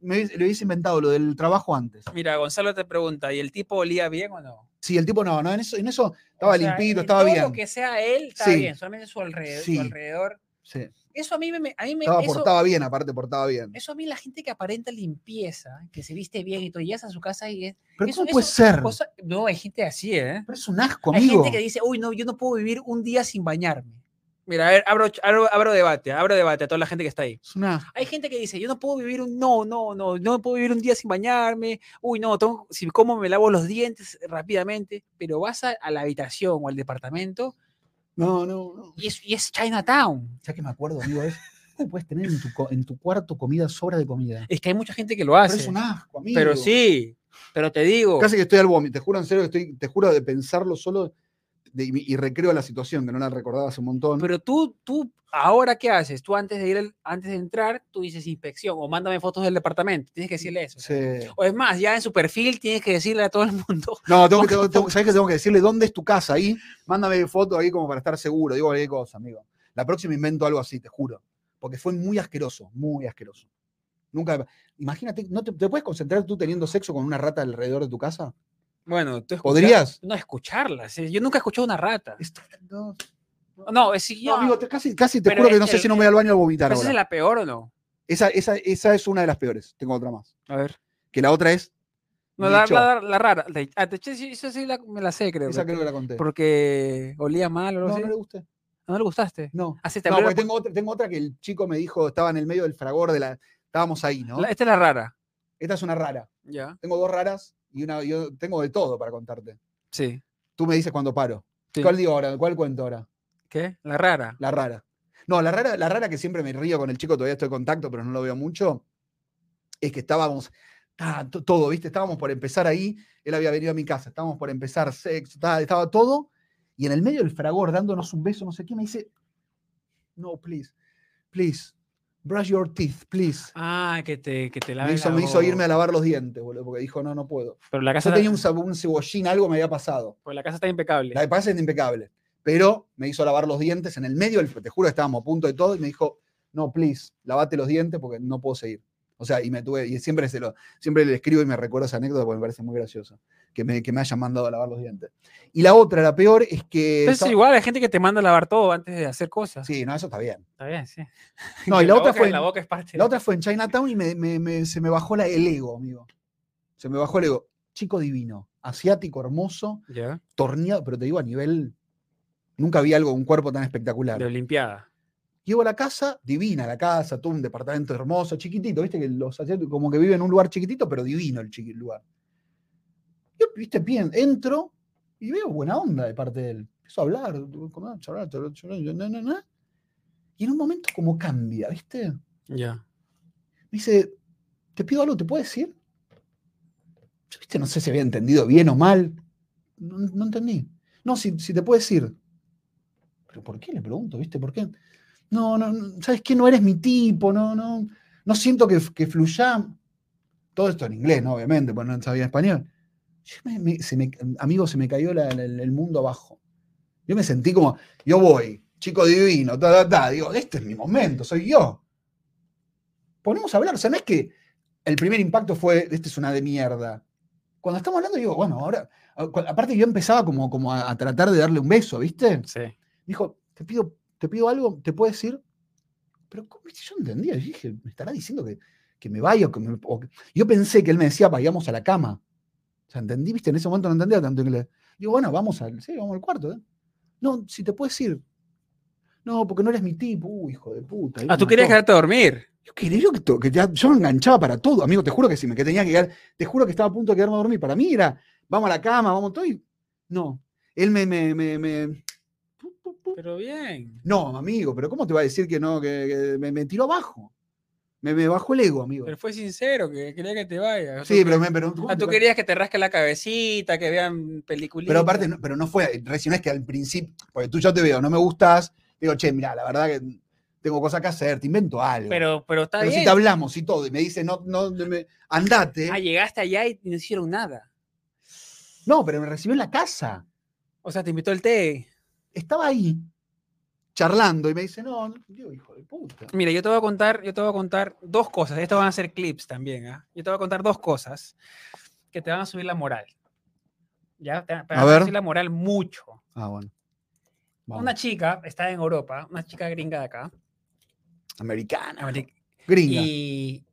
S1: me hubiese- le hubiese inventado lo del trabajo antes.
S2: Mira, Gonzalo te pregunta, ¿y el tipo olía bien o no?
S1: Sí, el tipo no, no, en eso, en eso estaba
S2: O sea,
S1: limpito,
S2: en
S1: estaba
S2: todo
S1: bien.
S2: lo que sea él, está
S1: Sí.
S2: bien, solamente su alrededor,
S1: Sí.
S2: su alrededor.
S1: Sí,
S2: Eso a mí me- me... A mí me
S1: estaba
S2: eso-
S1: portaba bien, aparte portaba bien.
S2: Eso a mí la gente que aparenta limpieza, que se viste bien y tú llegas a su casa y es...
S1: Pero
S2: eso-
S1: ¿cómo puede
S2: eso-
S1: ser?
S2: cosa- no, hay gente así, ¿eh?
S1: Pero es un asco,
S2: Hay
S1: amigo.
S2: gente que dice, uy, no, yo no puedo vivir un día sin bañarme. Mira, a ver, abro, ch- abro, abro debate, abro debate a toda la gente que está ahí.
S1: Es un asco.
S2: Hay gente que dice, yo no puedo vivir un, no, no, no, no puedo vivir un día sin bañarme, uy, no, tengo, si como me lavo los dientes rápidamente, pero vas a, a la habitación o al departamento
S1: No, no, no.
S2: y es, y es Chinatown.
S1: Ya que me acuerdo, amigo, es, ¿cómo puedes tener en tu, co- en tu cuarto comida, sobra de comida?
S2: Es que hay mucha gente que lo
S1: Pero
S2: hace.
S1: es un asco, amigo.
S2: Ah, Pero sí, pero te digo,
S1: Casi que estoy al vómito, te juro en serio que estoy, te juro de pensarlo solo de- y, y recreo la situación, que no la recordaba hace un montón.
S2: pero tú, tú, ahora qué haces? Tú antes de ir, al- antes de entrar, tú dices inspección o mándame fotos del departamento, tienes que decirle eso.
S1: Sí.
S2: O es más, ya en su perfil tienes que decirle a todo el mundo.
S1: No, tengo que, tengo- tengo- ¿sabés que tengo que decirle dónde es tu casa ahí? Mándame foto ahí como para estar seguro. Digo cualquier cosa, amigo. La próxima invento algo así, te juro. Porque fue muy asqueroso, muy asqueroso. Nunca. Imagínate, ¿no te, te puedes concentrar tú teniendo sexo con una rata alrededor de tu casa?
S2: Bueno, tú escucha-
S1: ¿Podrías?
S2: No, escucharlas. eh, Yo nunca he escuchado una rata.
S1: Es- No,
S2: No, es si
S1: no, amigo, te- casi, casi te
S2: Pero
S1: juro que
S2: es
S1: no sé
S2: el-
S1: si no me voy al baño a vomitar
S2: ¿Pero esa
S1: ahora.
S2: es la peor o no?
S1: Esa, esa, esa es una de las peores. Tengo otra más.
S2: A ver.
S1: Que la otra es.
S2: No,
S1: de
S2: la,
S1: hecho,
S2: la- la rara. la- ah, te- sí, sí, esa sí la- me la sé, creo.
S1: esa
S2: creo
S1: creo que la conté.
S2: Porque olía mal o
S1: No,
S2: algo
S1: no
S2: así.
S1: le gusté.
S2: No le gustaste.
S1: No.
S2: Ah, sí, te
S1: No,
S2: abrió la
S1: porque tengo otra, tengo otra que el chico me dijo, estaba en el medio del fragor de la. Estábamos ahí, ¿no?
S2: pu- la- Esta es la rara.
S1: Esta es una rara.
S2: Ya.
S1: Tengo dos raras y una. Yo tengo de todo para contarte.
S2: Sí.
S1: Tú me dices cuando paro.
S2: sí.
S1: ¿Cuál digo ahora? ¿Cuál cuento ahora?
S2: ¿Qué? La rara.
S1: La rara. No, la rara, la rara que siempre me río con el chico, todavía estoy en contacto, pero no lo veo mucho. Es que estábamos. ta, to- todo, ¿viste? Estábamos por empezar ahí. Él había venido a mi casa. Estábamos por empezar sexo, ta, estaba todo. Y en el medio del fragor, dándonos un beso, no sé qué, me dice: No, please, please, brush your teeth, please.
S2: Ah, que te, que te
S1: Me
S2: laven la
S1: hizo, me hizo irme
S2: boca.
S1: a lavar los dientes, boludo, porque dijo: No, no puedo.
S2: Pero la casa,
S1: Yo
S2: está-
S1: tenía un, sab- un cebollín, algo me había pasado.
S2: pues la casa está impecable.
S1: La de Paz es impecable. Pero me hizo lavar los dientes en el medio, del- te juro, estábamos a punto de todo, y me dijo, no, please, lavate los dientes porque no puedo seguir. O sea, y me tuve, y siempre, se lo, siempre le escribo y me recuerdo esa anécdota porque me parece muy graciosa, que me, que me hayan mandado a lavar los dientes. Y la otra, la peor, es que...
S2: Entonces,
S1: estaba-
S2: Pues, igual hay gente que te manda a lavar todo antes de hacer cosas.
S1: Sí, no, eso está bien.
S2: Está bien, sí.
S1: No,
S2: Que
S1: y la, otra
S2: boca-
S1: fue...
S2: La boca es parte.
S1: La otra fue en Chinatown y me- me- me- se me bajó la- el ego, amigo. Se me bajó el ego. Chico divino. asiático hermoso,
S2: Ya.
S1: torneado, pero te digo a nivel. Nunca vi algo, un cuerpo tan espectacular.
S2: De Olimpiada.
S1: Llego a la casa, divina la casa, todo un departamento hermoso, chiquitito, viste que los asiáticos como que viven en un lugar chiquitito, pero divino el chiqui- lugar. Yo, viste, bien, entro y veo buena onda de parte de él. Empiezo a hablar, ah, comer, charlar, charlar, charlar, na, na, na, na. y en un momento como cambia, viste. Me
S2: Ya.
S1: dice, te pido algo, ¿te puedo decir? Yo, viste, no sé si había entendido bien o mal. No, no entendí. No, si, si te puedo decir. ¿Pero por qué le pregunto, viste? ¿Por qué? No, no, no, ¿sabes qué? No eres mi tipo, no, no, no siento que, que fluya. Todo esto en inglés, ¿no? Obviamente, porque no sabía español. Yo me- me- se me- amigo, se me cayó la- la- el mundo abajo. Yo me sentí como, yo voy, chico divino, ta, ta, ta. Digo, este es mi momento, soy yo. Ponemos a hablar, o sea, no es que el primer impacto fue, este es una de mierda. Cuando estamos hablando, digo, bueno, ahora, a- cu- aparte yo empezaba como, como a, a tratar de darle un beso, ¿viste?
S2: Sí.
S1: dijo, te pido, te pido algo, ¿te puedo decir? Pero ¿cómo? yo no entendía, yo dije, me estará diciendo que, que me vaya. o que me- o que-". Yo pensé que él me decía, vayamos a la cama. O sea, entendí, viste, en ese momento no entendía tanto inglés. Digo, bueno, vamos al, sí, vamos al cuarto. ¿eh? No, si te puedes ir. No, porque no eres mi tipo, Uy, hijo de puta. ahí
S2: Ah,
S1: me
S2: tú querías
S1: mató.
S2: quedarte a dormir.
S1: Yo quería yo que, to- que ya- yo me enganchaba para todo, amigo, te juro que sí, me que tenía que quedar, te juro que estaba a punto de quedarme a dormir. Para mí era, vamos a la cama, vamos todo y no. Él me, me, me, me- pu, pu, pu.
S2: Pero bien.
S1: No, amigo, pero ¿cómo te va a decir que no? Que, que me, me tiró abajo. Me, me bajó el ego, amigo.
S2: Pero fue sincero, que quería que te vayas.
S1: sí,
S2: Tú-
S1: pero, me, pero, ¿cómo
S2: Ah,
S1: te
S2: tú
S1: va-
S2: querías que te rasque la cabecita, que vean películas.
S1: pero aparte, no, pero no fue, recién no es que al principio, porque tú yo te veo, no me gustas, digo, che, mira, la verdad que tengo cosas que hacer, te invento algo.
S2: Pero, pero está
S1: Pero si
S2: bien.
S1: te hablamos y todo, y me dice, no, no, me- andate.
S2: Ah, llegaste allá y no hicieron nada.
S1: No, pero me recibió en la casa.
S2: O sea, te invitó el té.
S1: Estaba ahí, charlando, y me dice, no, no, digo, hijo de puta.
S2: Mira, yo te voy a contar, yo te voy a contar dos cosas. Estos van a ser clips también, ¿ah? Yo te voy a contar dos cosas que te van a subir la moral. Ya, te, te van
S1: ver.
S2: subir la moral mucho.
S1: Ah, bueno. Vamos.
S2: Una chica está en Europa, una chica gringa de acá.
S1: Americana.
S2: americ-
S1: Gringa.
S2: Y,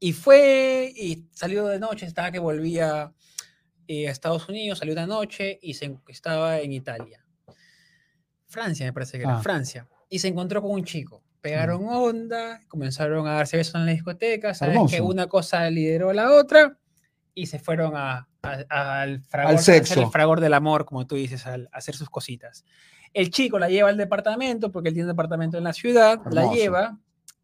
S2: y fue, y salió de noche, estaba que volvía eh, a Estados Unidos, salió de noche y se, en- estaba en Italia. Francia, me parece que era,
S1: Ah. Mm.
S2: Francia. Y se encontró con un chico. Pegaron onda, comenzaron a darse besos en las discotecas, sabes que
S1: Hermoso.
S2: una cosa lideró a la otra y se fueron a- a- a- al fragor, a hacer
S1: sexo.
S2: el fragor del amor, como tú dices, al a hacer sus cositas. El chico la lleva al departamento, porque él tiene un departamento en la ciudad, la
S1: Hermoso.
S2: lleva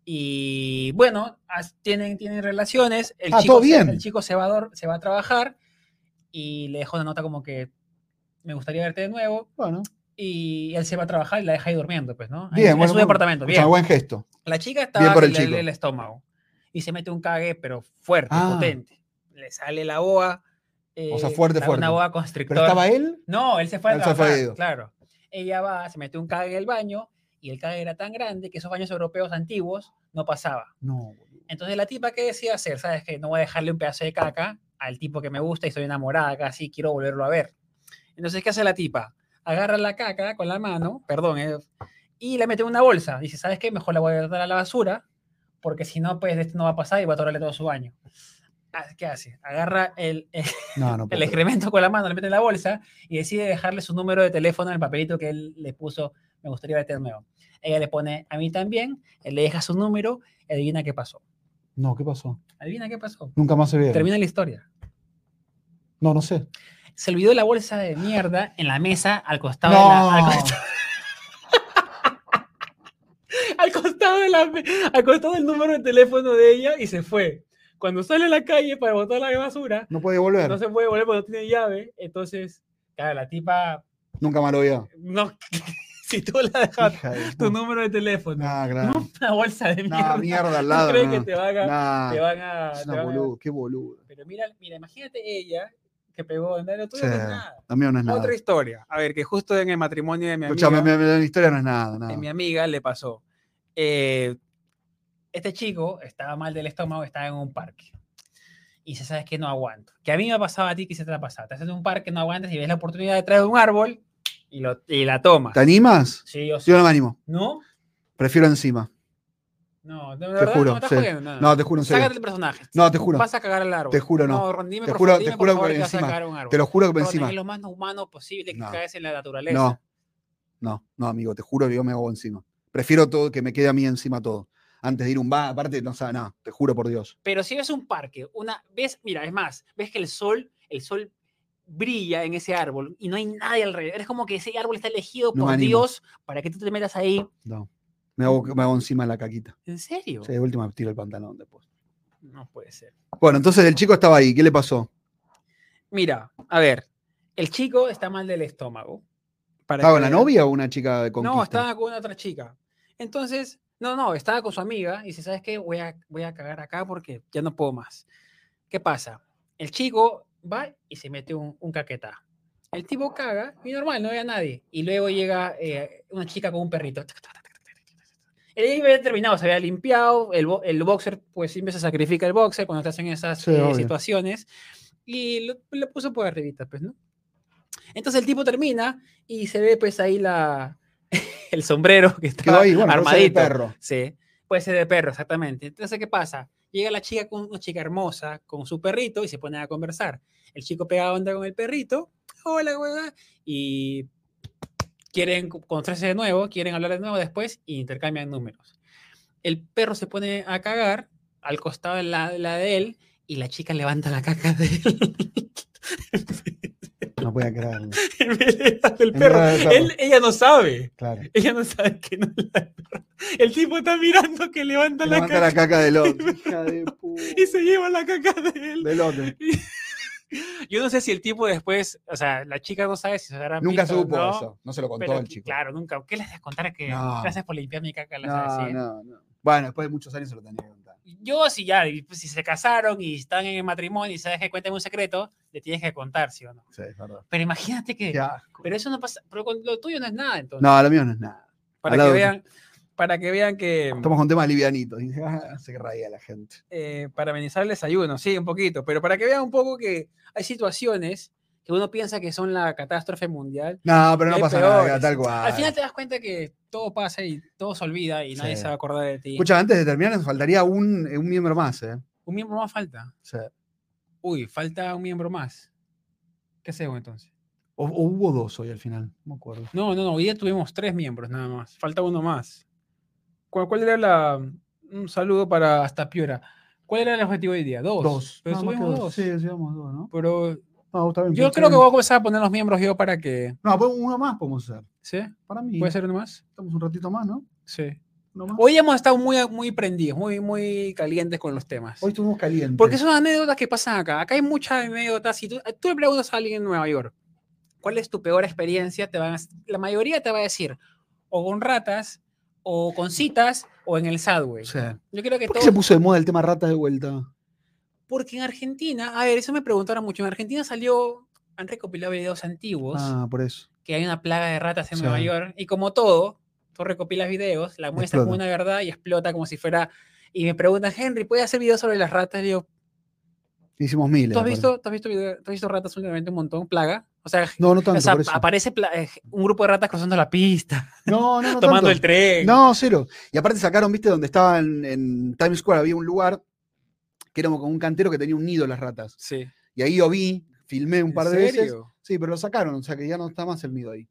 S2: y bueno, as- tienen, tienen relaciones. El
S1: Ah,
S2: chico
S1: todo
S2: se-
S1: bien.
S2: el chico se va, a dor- se va a trabajar y le deja una nota como que me gustaría verte de nuevo.
S1: bueno,
S2: Y él se va a trabajar y la deja ahí durmiendo, pues, ¿no? Ahí
S1: Bien,
S2: en
S1: bueno,
S2: su
S1: bueno,
S2: departamento.
S1: escuchá,
S2: Bien.
S1: buen gesto.
S2: La chica estaba
S1: por el
S2: en el,
S1: chico.
S2: el estómago y se mete un cague, pero fuerte,
S1: Ah.
S2: potente. Le sale la boa.
S1: O sea,
S2: eh,
S1: fuerte,
S2: la-
S1: fuerte.
S2: Una boa
S1: Pero
S2: constrictor.
S1: estaba él
S2: No, él se fue a
S1: Él se fue
S2: trabajar,
S1: ido.
S2: claro. Ella va, se metió un cague en el baño y el cague era tan grande que esos baños europeos antiguos no pasaba.
S1: No, boludo.
S2: Entonces la tipa que decide hacer, sabes que no voy a dejarle un pedazo de caca al tipo que me gusta y estoy enamorada casi, quiero volverlo a ver. Entonces, ¿qué hace la tipa? Agarra la caca con la mano, perdón, eh, y la mete en una bolsa. Dice, ¿sabes qué? Mejor la voy a botar a la basura porque si no, pues esto no va a pasar y va a atorarle todo su baño. Ah, ¿Qué hace? Agarra el,
S1: No, no. puedo
S2: el
S1: creer.
S2: excremento con la mano, le mete en la bolsa y decide dejarle su número de teléfono en el papelito que él le puso, me gustaría verte de nuevo. Ella le pone a mí también, él le deja su número, y adivina qué pasó.
S1: No, ¿qué pasó?
S2: Adivina qué pasó.
S1: Nunca más se vieron.
S2: Termina la historia.
S1: No, no sé.
S2: Se olvidó la bolsa de mierda en la mesa al costado de la... Ah, Al,
S1: No.
S2: costa- al costado de la me- al costado del número de teléfono de ella y se fue. Cuando sale a la calle para botar la basura,
S1: No puede volver.
S2: no se puede volver porque no tiene llave. Entonces, claro, la tipa
S1: Nunca más lo vio.
S2: No, si tú le dejas
S1: Hija de
S2: tu
S1: puta.
S2: número de teléfono,
S1: Nah, claro.
S2: una bolsa de mierda,
S1: Nah, mierda al
S2: ¿tú
S1: lado.
S2: crees
S1: no.
S2: que te van a,
S1: Nah,
S2: te van a-
S1: es
S2: te
S1: una
S2: van a-
S1: boludo, qué boludo.
S2: Pero mira, mira, imagínate ella que pegó en no tuyo
S1: Sí,
S2: no es nada.
S1: Amigo, no es nada.
S2: Otra historia. A ver, que justo en el matrimonio de mi amiga,
S1: Escuchame, mi- mi- la historia no es nada. nada.
S2: de mi amiga le pasó. Eh, este chico estaba mal del estómago, estaba en un parque. Y se sabes que no aguanto. Que a mí me ha pasado a ti, que se te ha pasado. Estás en un parque, no aguantas y ves la oportunidad detrás de un árbol y, lo, y la tomas.
S1: ¿Te animas?
S2: Sí, yo
S1: Yo
S2: sí.
S1: no me animo.
S2: ¿No?
S1: Prefiero encima.
S2: No, de verdad,
S1: juro,
S2: no me estás
S1: sí.
S2: jodiendo, no, no.
S1: No, te juro en
S2: Ah. Sácate
S1: serio.
S2: el personaje.
S1: No, te juro.
S2: Vas a cagar al árbol.
S1: Te juro, no.
S2: Ron, dime
S1: Te
S2: por
S1: juro-
S2: favor,
S1: te
S2: dime
S1: juro
S2: por favor
S1: por
S2: que vas a
S1: encima.
S2: cagar un árbol.
S1: Te lo juro que por
S2: Ron,
S1: encima.
S2: Es lo más humano posible que
S1: No.
S2: caes en la naturaleza.
S1: No, no, no, amigo, te juro que yo me hago encima. Prefiero todo que me quede a mí encima todo. Antes de ir a un bar, aparte, no, o sea, no, te juro por Dios.
S2: Pero si ves un parque, una ves, mira, es más, ves que el sol, el sol brilla en ese árbol y no hay nadie alrededor. Es como que ese árbol está elegido
S1: No me
S2: por
S1: animo.
S2: Dios para que tú te metas ahí.
S1: No. Me hago, me hago encima la caquita.
S2: ¿En serio?
S1: Sí, de última tiro el pantalón después.
S2: No puede ser.
S1: Bueno, entonces el chico estaba ahí. ¿Qué le pasó?
S2: Mira, a ver, el chico está mal del estómago. Para
S1: ¿Estaba con la
S2: que-
S1: novia o una chica de conquista?
S2: No, estaba con una otra chica. Entonces, no, no, estaba con su amiga y dice, ¿sabes qué? Voy a, voy a cagar acá porque ya no puedo más. ¿Qué pasa? El chico va y se mete un, un caquetá. El tipo caga y normal, no ve a nadie. Y luego llega eh, una chica con un perrito. Él ya había terminado, se había limpiado. El, bo- el boxer, pues siempre se sacrifica el boxer cuando te hacen esas
S1: Sí,
S2: eh,
S1: obvio.
S2: situaciones. Y lo, lo puso por arribita, pues, ¿no? Entonces el tipo termina y se ve, pues, ahí la, el sombrero que
S1: Quedó
S2: está
S1: ahí, bueno, entonces el
S2: armadito.
S1: perro.
S2: Sí, pues, puede ser de perro, exactamente. Entonces, ¿qué pasa? Llega la chica con una chica hermosa, con su perrito, y se ponen a conversar. El chico pega onda con el perrito, hola, hola, y quieren co- conocerse de nuevo, quieren hablar de nuevo después, y intercambian números. El perro se pone a cagar al costado de la, de la de él, y la chica levanta la caca de él.
S1: No podía creerlo.
S2: en vez de la del
S1: En
S2: perro.
S1: vez de la del perro.
S2: Él- ella no sabe.
S1: Claro.
S2: Ella no sabe que no es la del perro. El tipo está mirando que levanta, la
S1: Levanta
S2: caca
S1: la caca del otro. Hija de puta.
S2: y se lleva la caca de él.
S1: Del otro.
S2: Yo no sé si el tipo después, o sea, la chica no sabe si se dará
S1: Nunca supo eso. No se lo contó
S2: Pero
S1: el
S2: que-
S1: chico.
S2: Claro, nunca. ¿Qué les descontar que
S1: No.
S2: gracias por limpiar mi caca? la
S1: No,
S2: sabes, sí?
S1: no, no. Bueno, después de muchos años se lo tenía que contar.
S2: Yo si ya, y, pues, si se casaron y están en el matrimonio y sabes que cuéntame un secreto, le tienes que contar, ¿sí o no?
S1: Sí, es verdad.
S2: Pero imagínate que...
S1: Qué asco.
S2: Pero eso no pasa, pero con lo tuyo no es nada, entonces.
S1: No, lo mío no es nada.
S2: para,
S1: al
S2: que
S1: lado de-
S2: vean, para que vean que...
S1: Estamos con temas livianitos. Y ah, se reía la gente.
S2: eh, para amenizar el desayuno, sí, un poquito, pero para que vean un poco que hay situaciones que uno piensa que son la catástrofe mundial.
S1: No, pero no
S2: Hay
S1: pasa nada,
S2: peores.
S1: tal cual.
S2: Al final te das cuenta que todo pasa y todo se olvida y nadie
S1: Sí.
S2: se va a acordar de ti.
S1: Escucha, antes de terminar nos faltaría un, eh, un miembro más, ¿eh?
S2: Un miembro más falta.
S1: O, sea,
S2: Uy, falta un miembro más. ¿Qué hacemos entonces?
S1: o- o hubo dos hoy al final, no me acuerdo.
S2: No, no, no, hoy día tuvimos tres miembros nada más. Falta uno más. ¿Cuál, cuál era la... Un saludo para hasta Piura. ¿Cuál era el objetivo de hoy día? Dos. Pero
S1: Nada más que
S2: subimos dos.
S1: Sí, subimos dos, ¿no?
S2: Pero
S1: No, está bien,
S2: yo
S1: está
S2: creo que
S1: bien.
S2: voy a comenzar a poner los miembros yo para que...
S1: No, pues uno más podemos hacer.
S2: ¿Sí?
S1: Para mí.
S2: ¿Puede ser uno más?
S1: Estamos un ratito más, ¿no?
S2: Sí.
S1: Uno más. Hoy,
S2: Hoy hemos estado muy, muy prendidos, muy, muy calientes con los temas.
S1: estuvimos calientes.
S2: Porque son anécdotas que pasan acá. Acá hay muchas anécdotas. Si tú, eh, tú le preguntas a alguien en Nueva York, ¿cuál es tu peor experiencia? Te van a- la mayoría te va a decir, o con ratas, o con citas, o en el subway.
S1: O sea,
S2: Yo creo que
S1: ¿Por qué
S2: todo...
S1: se puso de moda el tema rata de vuelta?
S2: Porque en Argentina, a ver, eso me preguntaron mucho. En Argentina salió, han recopilado videos antiguos,
S1: Ah, por eso.
S2: que hay una plaga de ratas en
S1: Sí.
S2: Nueva York, y como todo, tú recopilas videos, la muestras como
S1: Explota.
S2: una verdad y explota como si fuera... Y me preguntan, Henry, ¿puedes hacer videos sobre las ratas? Y digo,
S1: Hicimos miles.
S2: ¿tú has
S1: me
S2: visto, ¿tú has visto, video- tú has visto ratas últimamente un montón? ¿Plaga? O sea,
S1: parece. No, no tanto.
S2: o sea,
S1: por eso.
S2: aparece pla- eh, un grupo de ratas cruzando la pista,
S1: No, no, no.
S2: tomando
S1: tanto.
S2: el tren.
S1: No, cero. Y aparte sacaron, viste, donde estaban en Times Square, había un lugar que era como un cantero que tenía un nido las ratas.
S2: Sí.
S1: Y ahí yo vi, filmé un
S2: ¿En
S1: par de veces.
S2: serio?
S1: Sí, pero lo sacaron, o sea que ya no está más el nido ahí.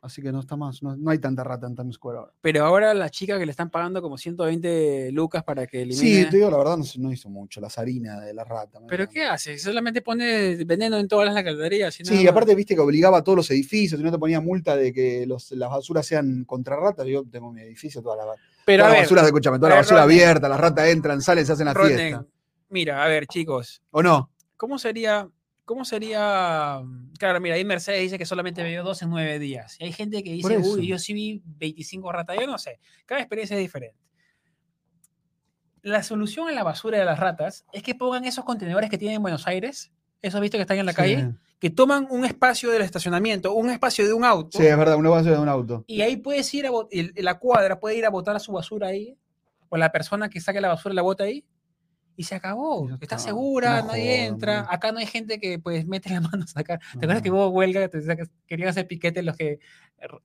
S1: Así que no está más, no, no hay tanta rata en Times Square ahora.
S2: Pero ahora la chica que le están pagando como 120 lucas para que elimine...
S1: Sí, te digo, la verdad no, se- no hizo mucho, las harinas de la rata. me
S2: ¿Pero
S1: dijeron.
S2: qué hace? Solamente pone veneno en todas las galerías. y nada
S1: Sí, y
S2: más.
S1: aparte viste que obligaba a todos los edificios, y no te ponía multa de que los, las basuras sean contra ratas. Yo tengo mi edificio, toda la,
S2: Pero
S1: toda
S2: a
S1: la
S2: ver,
S1: basura, escúchame, toda
S2: a
S1: la
S2: ver,
S1: basura
S2: Rodney.
S1: abierta, las ratas entran, salen, se hacen la
S2: Ronen,
S1: fiesta.
S2: mira, a ver, chicos,
S1: ¿O no?
S2: ¿Cómo sería? ¿Cómo sería? mm, Claro, mira, ahí Mercedes dice que solamente vio dos en nueve días. Y hay gente que
S1: Por
S2: dice, uy,
S1: eso.
S2: yo sí vi 25 ratas. Yo no sé. Cada experiencia es diferente. La solución a la basura de las ratas es que pongan esos contenedores que tienen en Buenos Aires, esos visto que están en la
S1: Sí.
S2: calle, que toman un espacio del estacionamiento, un espacio de un auto,
S1: Sí, es verdad, una basura de un auto.
S2: y ahí puedes ir a bot- el- la cuadra, puede ir a botar su basura ahí, o la persona que saque la basura la bota ahí, y se acabó.
S1: Ya
S2: Está
S1: está,
S2: segura,
S1: no
S2: nadie
S1: jodan,
S2: entra.
S1: man.
S2: Acá no hay gente que pues mete la mano a sacar. ¿Te
S1: No,
S2: acuerdas que
S1: no.
S2: hubo huelga? Te- te- Querían hacer piquetes los que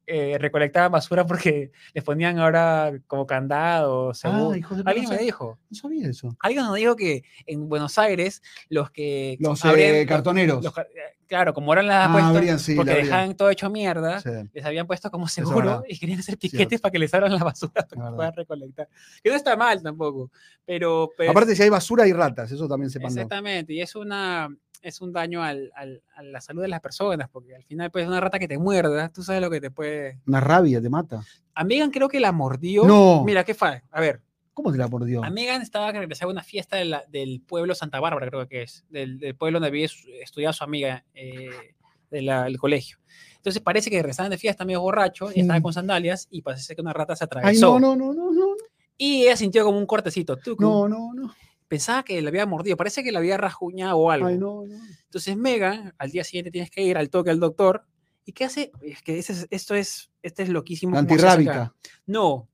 S2: eh, recolectaba basura porque les ponían ahora como candado, seguro.
S1: hijos de
S2: alguien me
S1: no,
S2: dijo,
S1: no sabía eso.
S2: alguien nos dijo que en Buenos Aires los que
S1: Los
S2: abrían-
S1: eh, cartoneros.
S2: los car- claro, como eran las
S1: Ah,
S2: apuestas,
S1: abrían, sí,
S2: pues, porque
S1: la abrían.
S2: dejaban todo hecho mierda,
S1: Sí, es
S2: les habían puesto como
S1: es verdad.
S2: seguro y querían hacer piquetes
S1: Cierto.
S2: para que les abran la basura para que
S1: verdad.
S2: puedan recolectar. Que no está mal tampoco, pero... pues,
S1: Aparte, si hay basura, hay ratas. Eso también sepan.
S2: Exactamente, y es una es un daño al, al- a la salud de las personas, porque al final pues una rata que te muerda, tú sabes lo que te puede...
S1: Una rabia te mata.
S2: A Megan creo que la mordió.
S1: No.
S2: Mira, qué fa... A ver,
S1: ¿Cómo te la mordió?
S2: a Megan estaba que regresaba a una fiesta de la- del pueblo Santa Bárbara, creo que es, del, del pueblo donde había su- estudiado su amiga eh, de la- del colegio. Entonces parece que regresaban de fiesta medio borracho, y estaba
S1: Sí.
S2: con sandalias y parece que una rata
S1: Ay,
S2: se atravesó.
S1: no, no, no, no, no,
S2: Y ella sintió como un cortecito. tucu.
S1: no, no, no.
S2: Pensaba que la había mordido, parece que la había rasguñado o algo.
S1: Ay, no, no.
S2: Entonces, Megan, al día siguiente tienes que ir al toque al doctor. ¿Y qué hace? Es que ese es- esto es, este es loquísimo.
S1: La
S2: cómo se hace acá.
S1: antirrábica.
S2: No.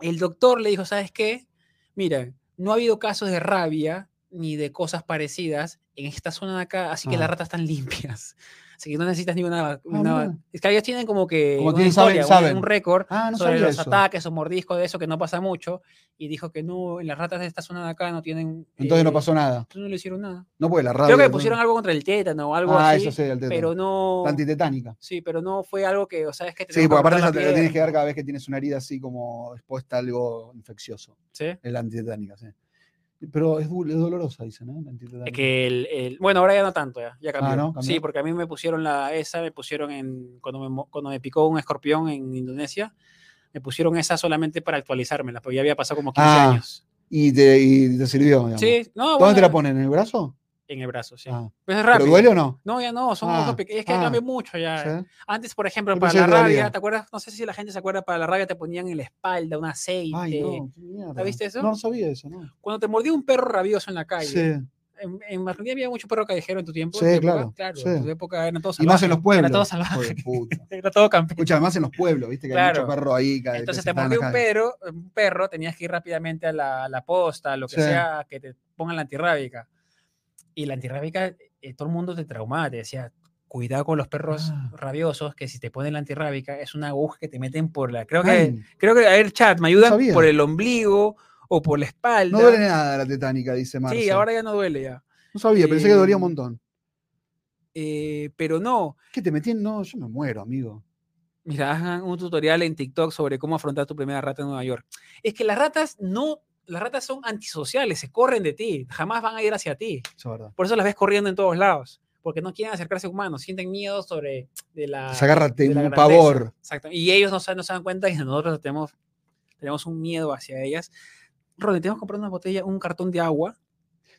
S2: El doctor le dijo, ¿sabes qué? Mira, no ha habido casos de rabia ni de cosas parecidas en esta zona de acá, así que
S1: Ah.
S2: las ratas están limpias. Así que no necesitas ninguna...
S1: mira.
S2: una, es que ellos tienen como que
S1: Como
S2: una
S1: tienen- saben-
S2: historia, un-
S1: saben.
S2: un récord
S1: Ah, no
S2: sobre
S1: sabía
S2: los
S1: eso.
S2: ataques o mordiscos de eso, que no pasa mucho. Y dijo que no, en las ratas de esta zona de acá no tienen...
S1: Entonces no
S2: eh,
S1: pasó nada.
S2: entonces no le hicieron nada.
S1: No puede la rabia.
S2: Creo que le
S1: no-
S2: pusieron algo contra el tétano o algo
S1: Ah,
S2: así.
S1: eso sí, el tétano.
S2: Pero no.
S1: La antitetánica.
S2: Sí, pero no fue algo que, o sea, es que.
S1: Sí,
S2: tenemos que
S1: porque aparte
S2: cortar
S1: esa
S2: la
S1: te la tienes que dar
S2: pierna,
S1: cada vez que tienes una herida así como expuesta a algo infeccioso.
S2: ¿sí?
S1: Es la antitetánica, sí. Pero es, du- es dolorosa, dicen, ¿no? La antitetánica.
S2: Es que el, el- Bueno, ahora ya no tanto, ya, ya cambió.
S1: Ah, ¿no? ¿Cambió?
S2: Sí, porque a mí me pusieron la esa, me pusieron en. Cuando me, mo- cuando me picó un escorpión en Indonesia, me pusieron esa solamente para actualizármela, porque ya había pasado como 15
S1: Ah,
S2: años.
S1: Y te, y te sirvió, digamos.
S2: Sí, no,
S1: ¿Dónde
S2: bueno,
S1: te la ponen? ¿En el brazo?
S2: En el brazo, sí.
S1: Ah.
S2: Pero es
S1: ¿Pero
S2: rápido.
S1: duele o no?
S2: No, ya no, son
S1: Ah,
S2: cosas pequeñas. Es que
S1: ah,
S2: cambió mucho ya.
S1: Sí.
S2: Antes, por ejemplo,
S1: Yo
S2: para
S1: pensé
S2: la
S1: que dolía.
S2: rabia, ¿te acuerdas? No sé si la gente se acuerda, para la rabia te ponían en la espalda un aceite.
S1: Ay, no, qué mierda.
S2: ¿la viste eso?
S1: No, no sabía eso, ¿no?
S2: Cuando te mordió un perro rabioso en la calle.
S1: Sí.
S2: En, en Barranquilla había mucho perro callejero en tu tiempo. en
S1: Sí,
S2: tu época,
S1: claro,
S2: Claro,
S1: sí.
S2: en tu época eran todos
S1: Y más en los pueblos.
S2: Era todo salvaje.
S1: Hijo de puta.
S2: Era todo campestre.
S1: Escucha, además en los pueblos, viste que hay
S2: Claro.
S1: mucho perro ahí. que- que
S2: Entonces
S1: se
S2: te
S1: están en
S2: mordió
S1: la
S2: un
S1: calle.
S2: perro, un perro, tenías que ir rápidamente a la, a la posta, lo que
S1: Sí.
S2: sea, que te pongan la antirrábica. Y la antirrábica, eh, todo el mundo te traumaba, te decía, cuidado con los perros
S1: Ah.
S2: rabiosos, que si te ponen la antirrábica es una aguja que te meten por la... Creo que,
S1: Ay,
S2: creo que, a ver, chat, me ayudan
S1: sabía.
S2: por el ombligo o por la espalda.
S1: no duele nada la tetánica, dice Marce.
S2: sí, ahora ya no duele ya.
S1: No sabía, pensé que dolía un
S2: Em,
S1: montón.
S2: Eh, pero no,
S1: ¿Qué te metí? en- No, yo me muero, amigo.
S2: Mira, hagan un tutorial en TikTok sobre cómo afrontar tu primera rata en Nueva York. Es que las ratas no, las ratas son antisociales, se corren de ti, jamás van a ir hacia ti.
S1: Eso es verdad.
S2: Por eso las ves corriendo en todos lados, porque no quieren acercarse a humanos, sienten miedo sobre de la,
S1: Se Pues agárrate
S2: de
S1: un
S2: la grandeza.
S1: pavor.
S2: Exacto. Y ellos no, se- no se dan cuenta que nosotros tenemos, tenemos un miedo hacia ellas. Ronnie, tenemos que comprar una botella, un cartón de agua.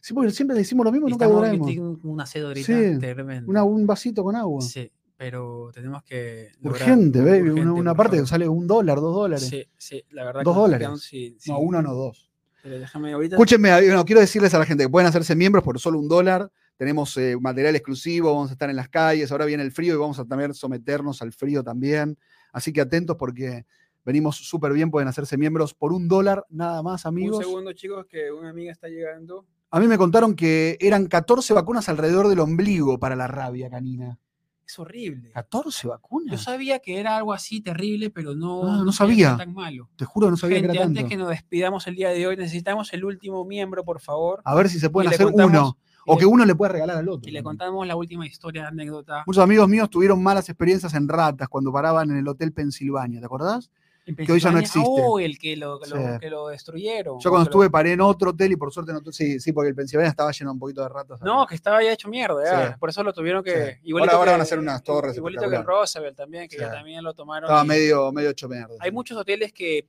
S1: Sí, porque siempre decimos lo mismo,
S2: y
S1: nunca
S2: estamos
S1: duramos.
S2: tengo una sed ahorita
S1: Sí,
S2: tremenda.
S1: Una- un vasito con agua.
S2: Sí, pero tenemos que lograr-
S1: urgente, baby. una-
S2: urgente,
S1: una
S2: por
S1: parte
S2: favor.
S1: que sale un dólar, dos dólares.
S2: Sí, sí, la verdad.
S1: Dos
S2: que nos
S1: dólares.
S2: quedamos- sí, sí.
S1: No, uno no, dos.
S2: Pero déjame ahorita.
S1: Escúchenme, ah, bueno, quiero decirles a la gente que pueden hacerse miembros por solo un dólar. Tenemos eh, material exclusivo, vamos a estar en las calles, ahora viene el frío y vamos a también someternos al frío también. Así que atentos porque venimos súper bien, pueden hacerse miembros por un dólar nada más,
S2: Un
S1: amigos.
S2: segundo, chicos, que una amiga está llegando.
S1: A mí me contaron que eran 14 vacunas alrededor del ombligo para la rabia canina.
S2: Es horrible.
S1: 14
S2: Yo
S1: vacunas.
S2: sabía que era algo así terrible, pero
S1: Ah,
S2: no,
S1: no
S2: creía que era
S1: sabía.
S2: tan malo.
S1: Te juro que no sabía
S2: Gente,
S1: que era
S2: antes
S1: tanto.
S2: que nos despidamos el día de hoy, necesitamos el último miembro, por favor.
S1: A ver si se pueden
S2: Y le
S1: hacer
S2: contamos-
S1: uno
S2: y
S1: o
S2: le-
S1: que uno le pueda regalar al otro.
S2: Y le
S1: también.
S2: contamos la última historia, anécdota.
S1: Muchos amigos míos tuvieron malas experiencias en ratas cuando paraban en el Hotel Pensilvania, ¿te acordás?
S2: En
S1: que hoy ya no
S2: Pensilvania-
S1: existe.
S2: Oh, el que lo, que lo-
S1: Sí.
S2: que lo destruyeron.
S1: Yo cuando
S2: que lo-
S1: estuve paré en otro hotel y por suerte no tuve. Sí, sí, porque el Pensilvania estaba lleno un poquito de ratas.
S2: No, que estaba ya hecho mierda, ya.
S1: Sí.
S2: por eso lo tuvieron que.
S1: Sí.
S2: igualito
S1: Ahora- ahora
S2: que-
S1: van a hacer unas torres
S2: Igualito que el
S1: espectacular.
S2: Roosevelt también, que
S1: Sí.
S2: ya también lo tomaron.
S1: estaba
S2: y-
S1: medio, medio hecho mierda.
S2: Hay muchos hoteles que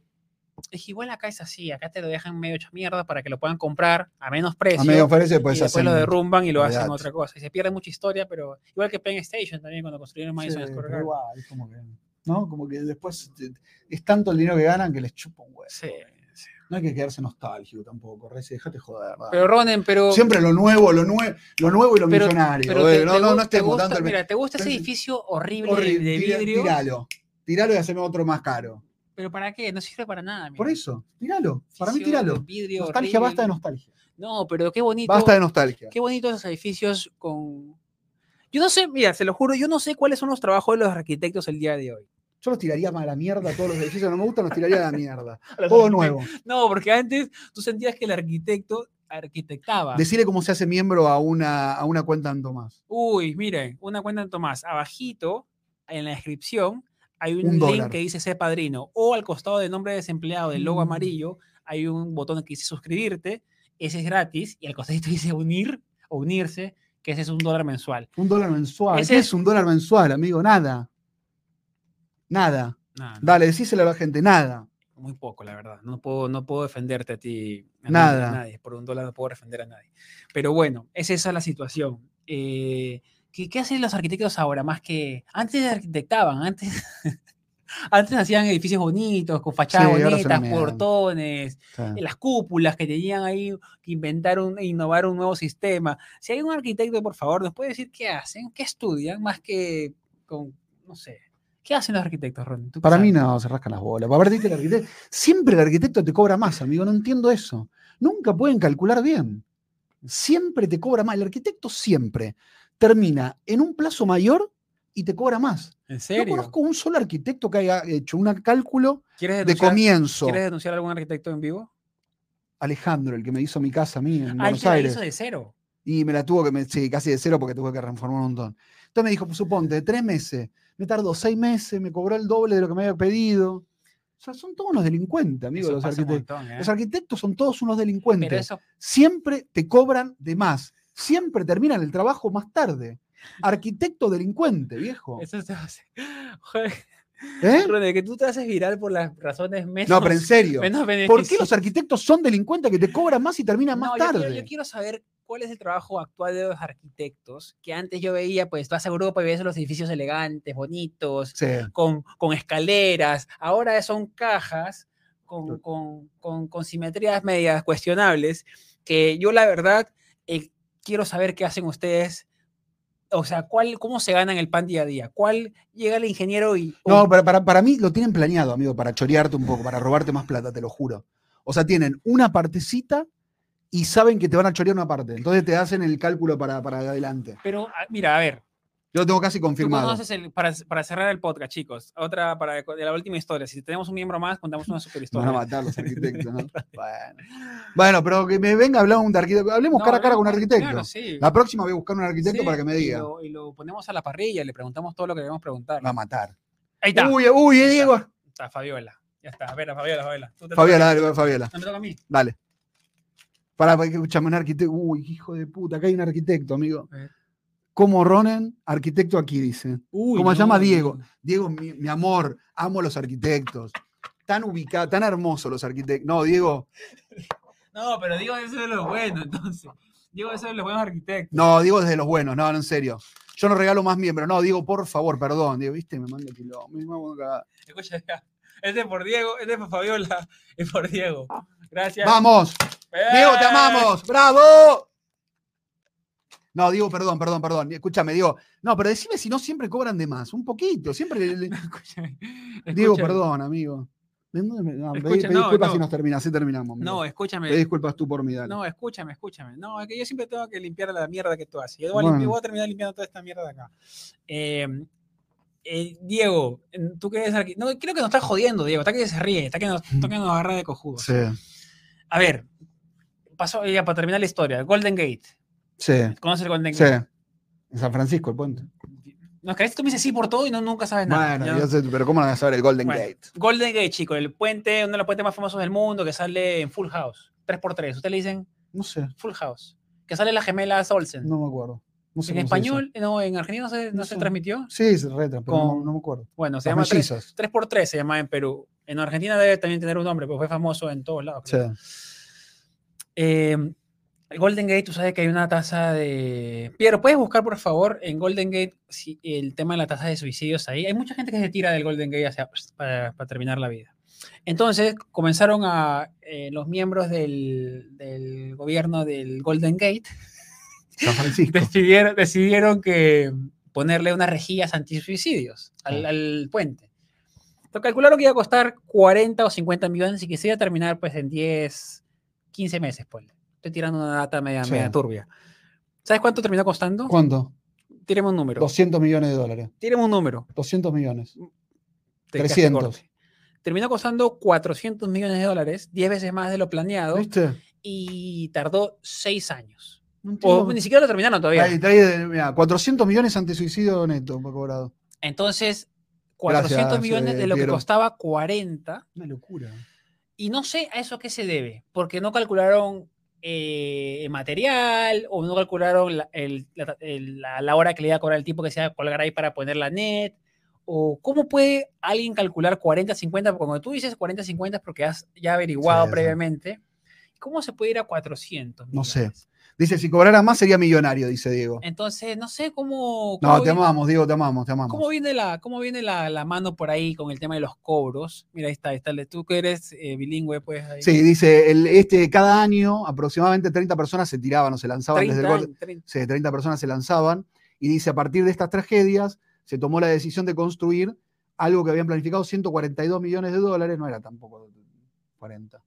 S2: es que igual acá es así, acá te lo dejan medio hecho mierda para que lo puedan comprar a menos precio.
S1: A medio ofrece,
S2: y
S1: pues
S2: después
S1: hacen.
S2: lo derrumban y lo hacen
S1: Olvídate.
S2: otra cosa. Y se pierde mucha historia, pero igual que Penn Station también cuando construyeron
S1: Sí,
S2: Madison
S1: pero
S2: Square Garden.
S1: igual, es como que. ¿No? Como que después te- es tanto el dinero que ganan que les chupa un huevo.
S2: Sí, sí.
S1: No hay que quedarse nostálgico tampoco, Reci, dejate joder. va.
S2: Pero Ronen, pero
S1: Siempre lo nuevo, lo, nue- lo nuevo y lo millonario. eh,
S2: te-
S1: no,
S2: te
S1: no,
S2: gu-
S1: no
S2: te
S1: estemos
S2: gusta,
S1: tanto el
S2: Mira, te gusta ese
S1: Entonces,
S2: edificio horrible, de-
S1: horrible,
S2: de
S1: tira-
S2: vidrio,
S1: Tiralo. Tiralo y haceme otro más caro.
S2: pero ¿para qué? No sirve para nada. mira.
S1: Por eso, tiralo. Para mí,
S2: Edificio de
S1: tiralo.
S2: vidrio
S1: Nostalgia, basta de
S2: horrible.
S1: nostalgia.
S2: No, pero qué bonito.
S1: Basta de nostalgia.
S2: Qué bonitos esos edificios con... Yo no sé, mira, se lo juro, yo no sé cuáles son los trabajos de los arquitectos el día de hoy.
S1: Yo los tiraría a la mierda, todos los edificios que no me gustan los tiraría a la mierda. Todo nuevo.
S2: No, porque antes tú sentías que el arquitecto arquitectaba.
S1: Decirle cómo se hace miembro a una, a una cuenta en Tomás.
S2: Uy, miren, una cuenta en Tomás. Abajito, en la descripción, hay un,
S1: Un
S2: link
S1: dólar.
S2: que dice ser padrino. O al costado del nombre de desempleado, del logo
S1: Mm.
S2: amarillo, hay un botón que dice suscribirte. Ese es gratis. Y al costadito dice unir o unirse, que ese es un dólar mensual.
S1: Un dólar mensual.
S2: Ese-
S1: ¿Qué es un dólar mensual, amigo? Nada. Nada.
S2: Nada, no,
S1: Dale, decíselo a la gente, nada.
S2: muy poco, la verdad. No puedo, no puedo defenderte a ti. a nadie,
S1: Nada.
S2: a nadie. Por un dólar no puedo defender a nadie. Pero bueno, es esa la situación. Eh, ¿qué, qué hacen los arquitectos ahora? Más que antes arquitectaban, antes... Antes hacían edificios bonitos, con fachadas
S1: Sí, ahora Ah. son una
S2: bonitas,
S1: mierda.
S2: portones, en las cúpulas que tenían ahí que inventaron e innovar un nuevo sistema. Si hay un arquitecto, por favor, nos puede decir qué hacen, qué estudian, más que con, no sé, ¿qué hacen los arquitectos, Ron?
S1: Para mí no, se rascan las bolas. Para ver, dice el arquitecto. Siempre el arquitecto te cobra más, amigo. No entiendo eso. Nunca pueden calcular bien. Siempre te cobra más. El arquitecto siempre termina en un plazo mayor y te cobra más.
S2: ¿En
S1: No
S2: serio?
S1: conozco un solo arquitecto que haya hecho un cálculo
S2: ¿Quieres
S1: de
S2: denunciar,
S1: comienzo.
S2: ¿Quieres denunciar a algún arquitecto en vivo?
S1: Alejandro, el que me hizo mi casa a mí en
S2: Ah, él
S1: Buenos
S2: te la
S1: Aires.
S2: hizo de cero.
S1: Y me la tuvo que, me, sí, casi de cero porque tuve que reformar un montón. Entonces me dijo, "Pues, suponte, tres meses. Me tardó seis meses, me cobró el doble de lo que me había pedido. O sea, son todos unos delincuentes, amigos,
S2: Eso
S1: los
S2: pasa un
S1: arquitectos.
S2: montón, ¿eh?
S1: Los arquitectos son todos unos
S2: Pero
S1: delincuentes.
S2: eso,
S1: Siempre te cobran de más. Siempre terminan el trabajo más tarde. Arquitecto delincuente, viejo.
S2: eso se hace. Joder,
S1: ¿Eh?
S2: Ron, de que tú te haces viral por las razones menos,
S1: No, pero en serio.
S2: menos
S1: ¿Por qué los
S2: beneficiosas.
S1: arquitectos son delincuentes que te cobran más y terminan más
S2: No, yo quiero-
S1: tarde?
S2: Yo quiero, saber cuál es el trabajo actual de los arquitectos, que antes yo veía, pues, tú vas a Europa y veías los edificios elegantes, bonitos,
S1: Sí.
S2: con, con escaleras, ahora son cajas con, con- con- con simetrías medias cuestionables, que yo la verdad eh, quiero saber qué hacen ustedes. O sea, ¿cuál, ¿cómo se ganan el pan día a día? ¿Cuál llega el ingeniero y...
S1: No,
S2: o-
S1: para, para, para mí lo tienen planeado, amigo, para chorearte un poco, para robarte más plata, te lo juro. O sea, tienen una partecita y saben que te van a chorear una parte. Entonces te hacen el cálculo para, para adelante.
S2: pero ah, mira, a ver,
S1: Yo lo tengo casi
S2: tú
S1: confirmado.
S2: conoces el- para, para cerrar el podcast, chicos, otra para de la última historia. Si tenemos un miembro más, contamos una super
S1: Van a
S2: historia.
S1: matar los arquitectos, ¿no? Bueno. Bueno, pero que me venga a hablar un arquitecto. Hablemos cara a cara con un arquitecto. La próxima voy a buscar un arquitecto para que me
S2: Y
S1: diga.
S2: lo, y lo ponemos a la parrilla, le preguntamos todo lo que queremos preguntar.
S1: Va a matar.
S2: Ahí está.
S1: Uy, uy, eh, Diego.
S2: está Fabiola. Ya está. A ver, a Fabiola, Fabiola. Tú te
S1: Fabiola, dale, va, Fabiola.
S2: toca- no me toca a mí.
S1: Dale. Para que escuchame un arquitecto. Uy, hijo de puta, acá hay un arquitecto, amigo.
S2: A ver.
S1: Como Ronen, arquitecto aquí, dice. Como se llama Diego. Diego, mi, mi amor, amo a los arquitectos. Tan ubicados, tan hermosos los arquitectos. No, Diego,
S2: No, pero Diego eso es de los buenos, entonces. Diego eso es de los buenos arquitectos.
S1: no, Diego es de los buenos, no, no, en serio. Yo no regalo más miembros. No, Diego, por favor, perdón. Diego, viste, me manda quilombo, me manda cagada.
S2: Escucha ya. Este es por Diego, este es por Fabiola, es por Diego. Gracias.
S1: ¡Vamos!
S2: ¡Eh!
S1: ¡Diego, te amamos! ¡Bravo! No, Diego, perdón, perdón, perdón. Escúchame, Diego. No, pero decime si no siempre cobran de más. Un poquito. Siempre. le- le-
S2: Escúchame,
S1: Diego,
S2: escúchame.
S1: perdón, amigo. No, no, pedí-
S2: Escucha,
S1: pedí
S2: no,
S1: disculpas
S2: no.
S1: si nos terminas, si terminamos.
S2: No,
S1: amigo.
S2: escúchame.
S1: Pedí disculpas tú por mí, dale.
S2: No, escúchame, escúchame. No, es que yo siempre tengo que limpiar la mierda que tú haces. Yo voy, a
S1: Bueno.
S2: limpiar- voy a terminar limpiando toda esta mierda de acá. Eh, eh, Diego, en- tú que eres arqui- No, creo que nos está jodiendo, Diego. Está que se ríe, está que nos, está que nos agarra de cojudos.
S1: Sí,
S2: A ver, pasó ya para terminar la historia. Golden Gate.
S1: sí.
S2: ¿Conoces el Golden
S1: Sí.
S2: Gate?
S1: En San Francisco, el puente.
S2: No, es que a veces tú me dices sí por todo y Eh, no, nunca sabes nada.
S1: Bueno,
S2: Ya
S1: yo
S2: no-
S1: sé, pero ¿cómo no vas a saber el Golden
S2: Bueno,
S1: Gate?
S2: Golden Gate, chico, el puente, uno de los puentes más famosos del mundo que sale en Full House. 3x3. Ustedes le dicen
S1: No sé,
S2: Full House. Que sale la gemela Olsen.
S1: no me acuerdo. No sé
S2: en
S1: cómo se hizo.
S2: español, no, en argentino no se, no
S1: No
S2: se
S1: sé.
S2: transmitió.
S1: Sí, es retro, pero no,
S2: Con-
S1: no me acuerdo.
S2: Bueno, se
S1: Las
S2: llama 3,
S1: mellizas.
S2: x 3 se llama en Perú. En Argentina debe también tener un nombre, porque fue famoso en todos lados.
S1: Sí.
S2: creo. Eh, el Golden Gate, tú sabes que hay una tasa de... Piero, ¿puedes buscar por favor en Golden Gate si- el tema de la tasa de suicidios ahí? Hay mucha gente que se tira del Golden Gate hacia- pues, para, para terminar la vida. Entonces comenzaron a eh, los miembros del, del gobierno del Golden Gate
S1: San Francisco.
S2: decidieron, decidieron que ponerle unas rejillas antisuicidios al,
S1: Ah.
S2: al puente. Lo calcularon que iba a costar 40 o 50 millones y que se iba a terminar pues en 10, 15 meses, ponle. Estoy tirando una data media,
S1: Sí.
S2: media turbia. ¿Sabes cuánto terminó costando?
S1: ¿Cuánto?
S2: Tiremos un número.
S1: 200 millones de dólares.
S2: Tiremos un número.
S1: 200 millones.
S2: te quedaste
S1: 300.
S2: corto. Terminó costando 400 millones de dólares, 10 veces más de lo planeado,
S1: ¿Viste?
S2: y tardó 6 años.
S1: No entiendo.
S2: O ni siquiera lo terminaron todavía.
S1: Ahí- ahí, eh, mirá, 400 millones ante suicidio neto, fue cobrado.
S2: Entonces, 400
S1: Gracias,
S2: millones
S1: eh,
S2: de lo que
S1: Piero.
S2: costaba 40,
S1: Una locura.
S2: y no sé a eso qué se debe, porque no calcularon eh, material o no calcularon la, el- la- el- la- la hora que le iba a cobrar el tipo que se iba a colgar ahí para poner la net. O cómo puede alguien calcular 40, 50, porque cuando tú dices 40, 50 es porque has ya averiguado
S1: Sí, sí.
S2: previamente, ¿cómo se puede ir a 400?
S1: No sé.
S2: millones?
S1: Dice, si cobrara más sería millonario, dice Diego.
S2: Entonces, no sé cómo... cómo
S1: No, te
S2: viene-
S1: amamos, Diego, te amamos, te
S2: ¿Cómo
S1: amamos.
S2: viene, la, cómo viene la, la mano por ahí con el tema de los cobros? Mira, ahí está, ahí está. Tú que eres eh, bilingüe, pues. Ahí.
S1: Sí, dice, el, este, cada año aproximadamente 30 personas se tiraban o se lanzaban desde el
S2: 30,
S1: borde.
S2: 30.
S1: sí, 30 personas se lanzaban, y dice, a partir de estas tragedias se tomó la decisión de construir algo que habían planificado 142 millones de dólares, no era tampoco 40.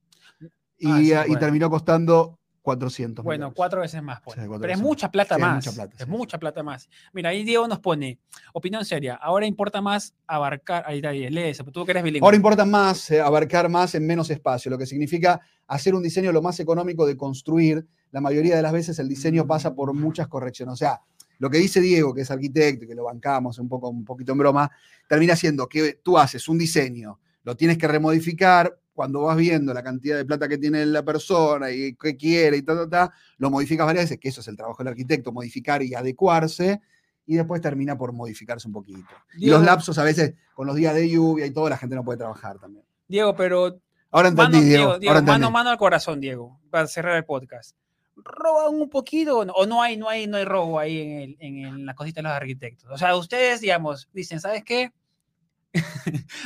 S1: Y,
S2: Ah, sí,
S1: a- y
S2: bueno.
S1: terminó costando 400
S2: Bueno,
S1: millones.
S2: cuatro veces más. ponle.
S1: Sí, cuatro
S2: Pero es
S1: veces
S2: mucha plata
S1: Sí, es
S2: más.
S1: mucha plata,
S2: es
S1: sí,
S2: mucha plata más. Mira, ahí Diego nos pone, opinión seria, ahora importa más abarcar. Ahí está, ahí, lee eso, pues, tú que eres bilingüe.
S1: Ahora importa más eh, abarcar más en menos espacio, lo que significa hacer un diseño lo más económico de construir. La mayoría de las veces el diseño pasa por muchas correcciones. O sea, lo que dice Diego, que es arquitecto y que lo bancamos un, poco, un poquito en broma, termina siendo que tú haces un diseño, lo tienes que remodificar. Cuando vas viendo la cantidad de plata que tiene la persona y qué quiere y ta, ta, ta, lo modificas varias veces, que eso es el trabajo del arquitecto, modificar y adecuarse, y después termina por modificarse un poquito. Y
S2: Diego-
S1: los lapsos a veces, con los días de lluvia y todo, la gente no puede trabajar también.
S2: Diego, pero
S1: Ahora entendí,
S2: mano,
S1: Diego.
S2: Diego, Diego,
S1: ahora
S2: mano,
S1: entendí.
S2: mano al corazón, Diego, para cerrar el podcast. ¿Roban un poquito o no? o no hay, no hay, no hay robo ahí en, el- en, el- la cosita de los arquitectos? O sea, ustedes, digamos, dicen, ¿sabes qué?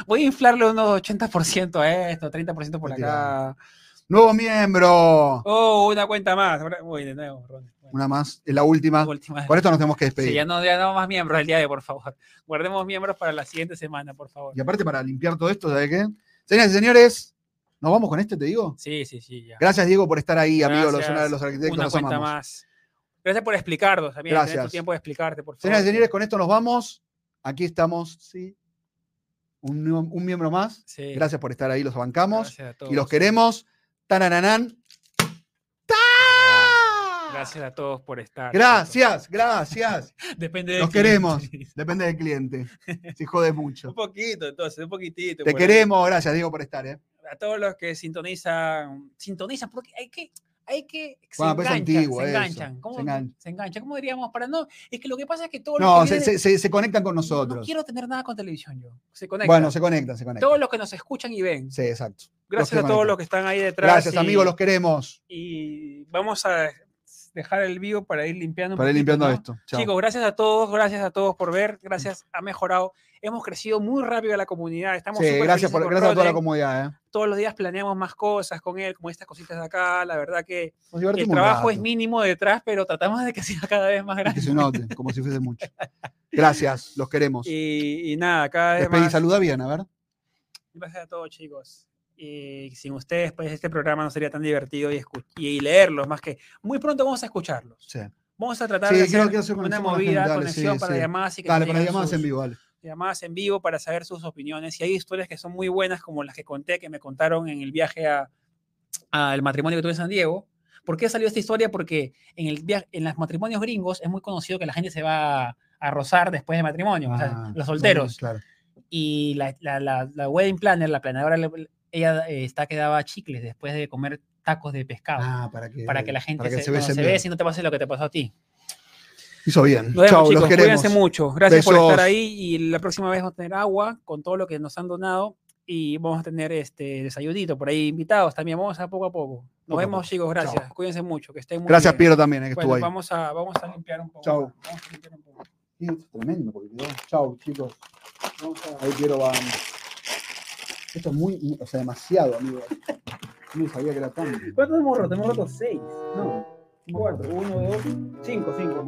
S2: Voy a inflarle unos 80% a esto, 30% por
S1: Mentira.
S2: acá.
S1: Nuevo miembro.
S2: Oh, una cuenta más. Ahora- Uy, de nuevo, Ron. Bueno,
S1: Una más, es la última.
S2: última.
S1: Con esto nos tenemos que
S2: Sí, ya
S1: despedir.
S2: no, ya no más miembros el día de, hoy, por favor. Guardemos miembros para la siguiente semana, por favor.
S1: Y aparte, para limpiar todo esto, ¿sabes qué? Señoras y señores, ¿nos vamos con este, te digo?
S2: Sí, sí, sí, ya.
S1: Gracias, Diego, por estar ahí, amigo. Los,
S2: Gracias.
S1: los arquitectos,
S2: Una
S1: los
S2: cuenta
S1: amamos.
S2: más. Gracias por explicarnos también. tener tu
S1: Gracias.
S2: tiempo de explicarte, por favor.
S1: Señoras y señores, con esto nos vamos. Aquí estamos, sí. Un, nu- un miembro más.
S2: Sí,
S1: Gracias por estar ahí, los bancamos.
S2: gracias a
S1: y los
S2: todos.
S1: queremos. Tanananán. ¡Ta!
S2: Gracias a todos por estar.
S1: Gracias, gracias.
S2: Depende de
S1: Los
S2: ti.
S1: queremos. Depende del cliente. Si jodes mucho.
S2: Un poquito, entonces, un poquitito.
S1: Te
S2: por ahí.
S1: queremos, gracias Diego por estar. ¿eh?
S2: A todos los que sintonizan, sintonizan, porque hay que, hay que, se
S1: Bueno, pues es
S2: enganchan,
S1: antiguo
S2: se
S1: eso,
S2: enganchan. ¿Cómo,
S1: se engan-
S2: se enganchan, ¿cómo diríamos? Para no, es que lo que pasa es que todos los
S1: No,
S2: que
S1: se,
S2: vienen-
S1: se- se- se conectan con
S2: No
S1: nosotros.
S2: quiero tener nada con televisión yo. Se conectan.
S1: Bueno, se conectan, se conectan.
S2: todos los que nos escuchan y ven.
S1: Sí, exacto.
S2: Gracias
S1: que
S2: a todos
S1: conectan.
S2: los que están ahí detrás.
S1: Gracias
S2: y-
S1: amigos, los queremos.
S2: Y vamos a dejar el vivo para ir limpiando. un
S1: Para ir
S2: poquito,
S1: limpiando
S2: ¿no?
S1: esto. Chao.
S2: Chicos, gracias a todos, gracias a todos por ver, gracias, ha mejorado. Hemos crecido muy rápido la comunidad, estamos
S1: Sí,
S2: súper
S1: gracias,
S2: felices
S1: por,
S2: con
S1: gracias a toda la
S2: Ronen.
S1: comunidad. ¿eh?
S2: Todos los días planeamos más cosas con él, como estas cositas de acá. La verdad que
S1: Nos
S2: el
S1: divertimos. un
S2: trabajo es
S1: rato.
S2: mínimo detrás, pero tratamos de que sea cada vez más
S1: Que
S2: grande.
S1: se note, como si fuese mucho. Gracias, los queremos.
S2: Y, y nada, cada vez
S1: Despedí,
S2: más.
S1: saluda bien, a ver.
S2: Gracias a todos, chicos. Y sin ustedes, pues este programa no sería tan divertido y, escu- y leerlos más que. Muy pronto vamos a escucharlos.
S1: Sí.
S2: Vamos a tratar
S1: Sí,
S2: de
S1: quiero-
S2: hacer
S1: quiero hacer
S2: una
S1: conexión con la
S2: movida,
S1: gente, dale,
S2: conexión
S1: sí,
S2: para
S1: sí.
S2: llamadas y que nos
S1: Dale, para
S2: lleguen
S1: llamadas en
S2: sus-
S1: vivo, dale.
S2: llamadas en vivo para saber sus opiniones. Y hay historias que son muy buenas, como las que conté, que me contaron en el viaje a- al matrimonio que tuve en San Diego. ¿Por qué salió esta historia? Porque en, el viaje, en los matrimonios gringos es muy conocido que la gente se va a, a rozar después del matrimonio, o sea,
S1: Ah,
S2: los solteros.
S1: Claro.
S2: Y la, la, la- la wedding planner, la planeadora, le- ella eh, está que daba chicles después de comer tacos de pescado.
S1: Ah, para que,
S2: para que la gente
S1: para que
S2: se,
S1: se,
S2: cuando
S1: besen
S2: se
S1: bien.
S2: bese y no te pase lo que te pasó a ti.
S1: Hizo bien.
S2: Nos vemos,
S1: Chao, los
S2: chicos.
S1: queremos.
S2: Cuídense mucho. Gracias por estar
S1: Besos.
S2: ahí y la próxima vez vamos a tener agua con todo lo que nos han donado y vamos a tener este desayunito por ahí invitados también. Vamos a poco a poco. Nos
S1: Poco a
S2: vemos,
S1: poco.
S2: chicos. Gracias.
S1: Chao.
S2: Cuídense mucho. Que estén muy
S1: Gracias,
S2: bien.
S1: Piero, también, eh, que
S2: Bueno,
S1: estuvo ahí.
S2: vamos a, vamos a limpiar un poco.
S1: Chao.
S2: Vamos a limpiar un poco.
S1: Sí, es tremendo, porque quedó. Chao, chicos. Ahí quiero va. Esto es muy, o sea, demasiado, amigo. No sabía que era tanto.
S2: ¿Cuántos hemos roto? Hemos roto seis. No. Cuatro. Uno, dos, cinco, cinco.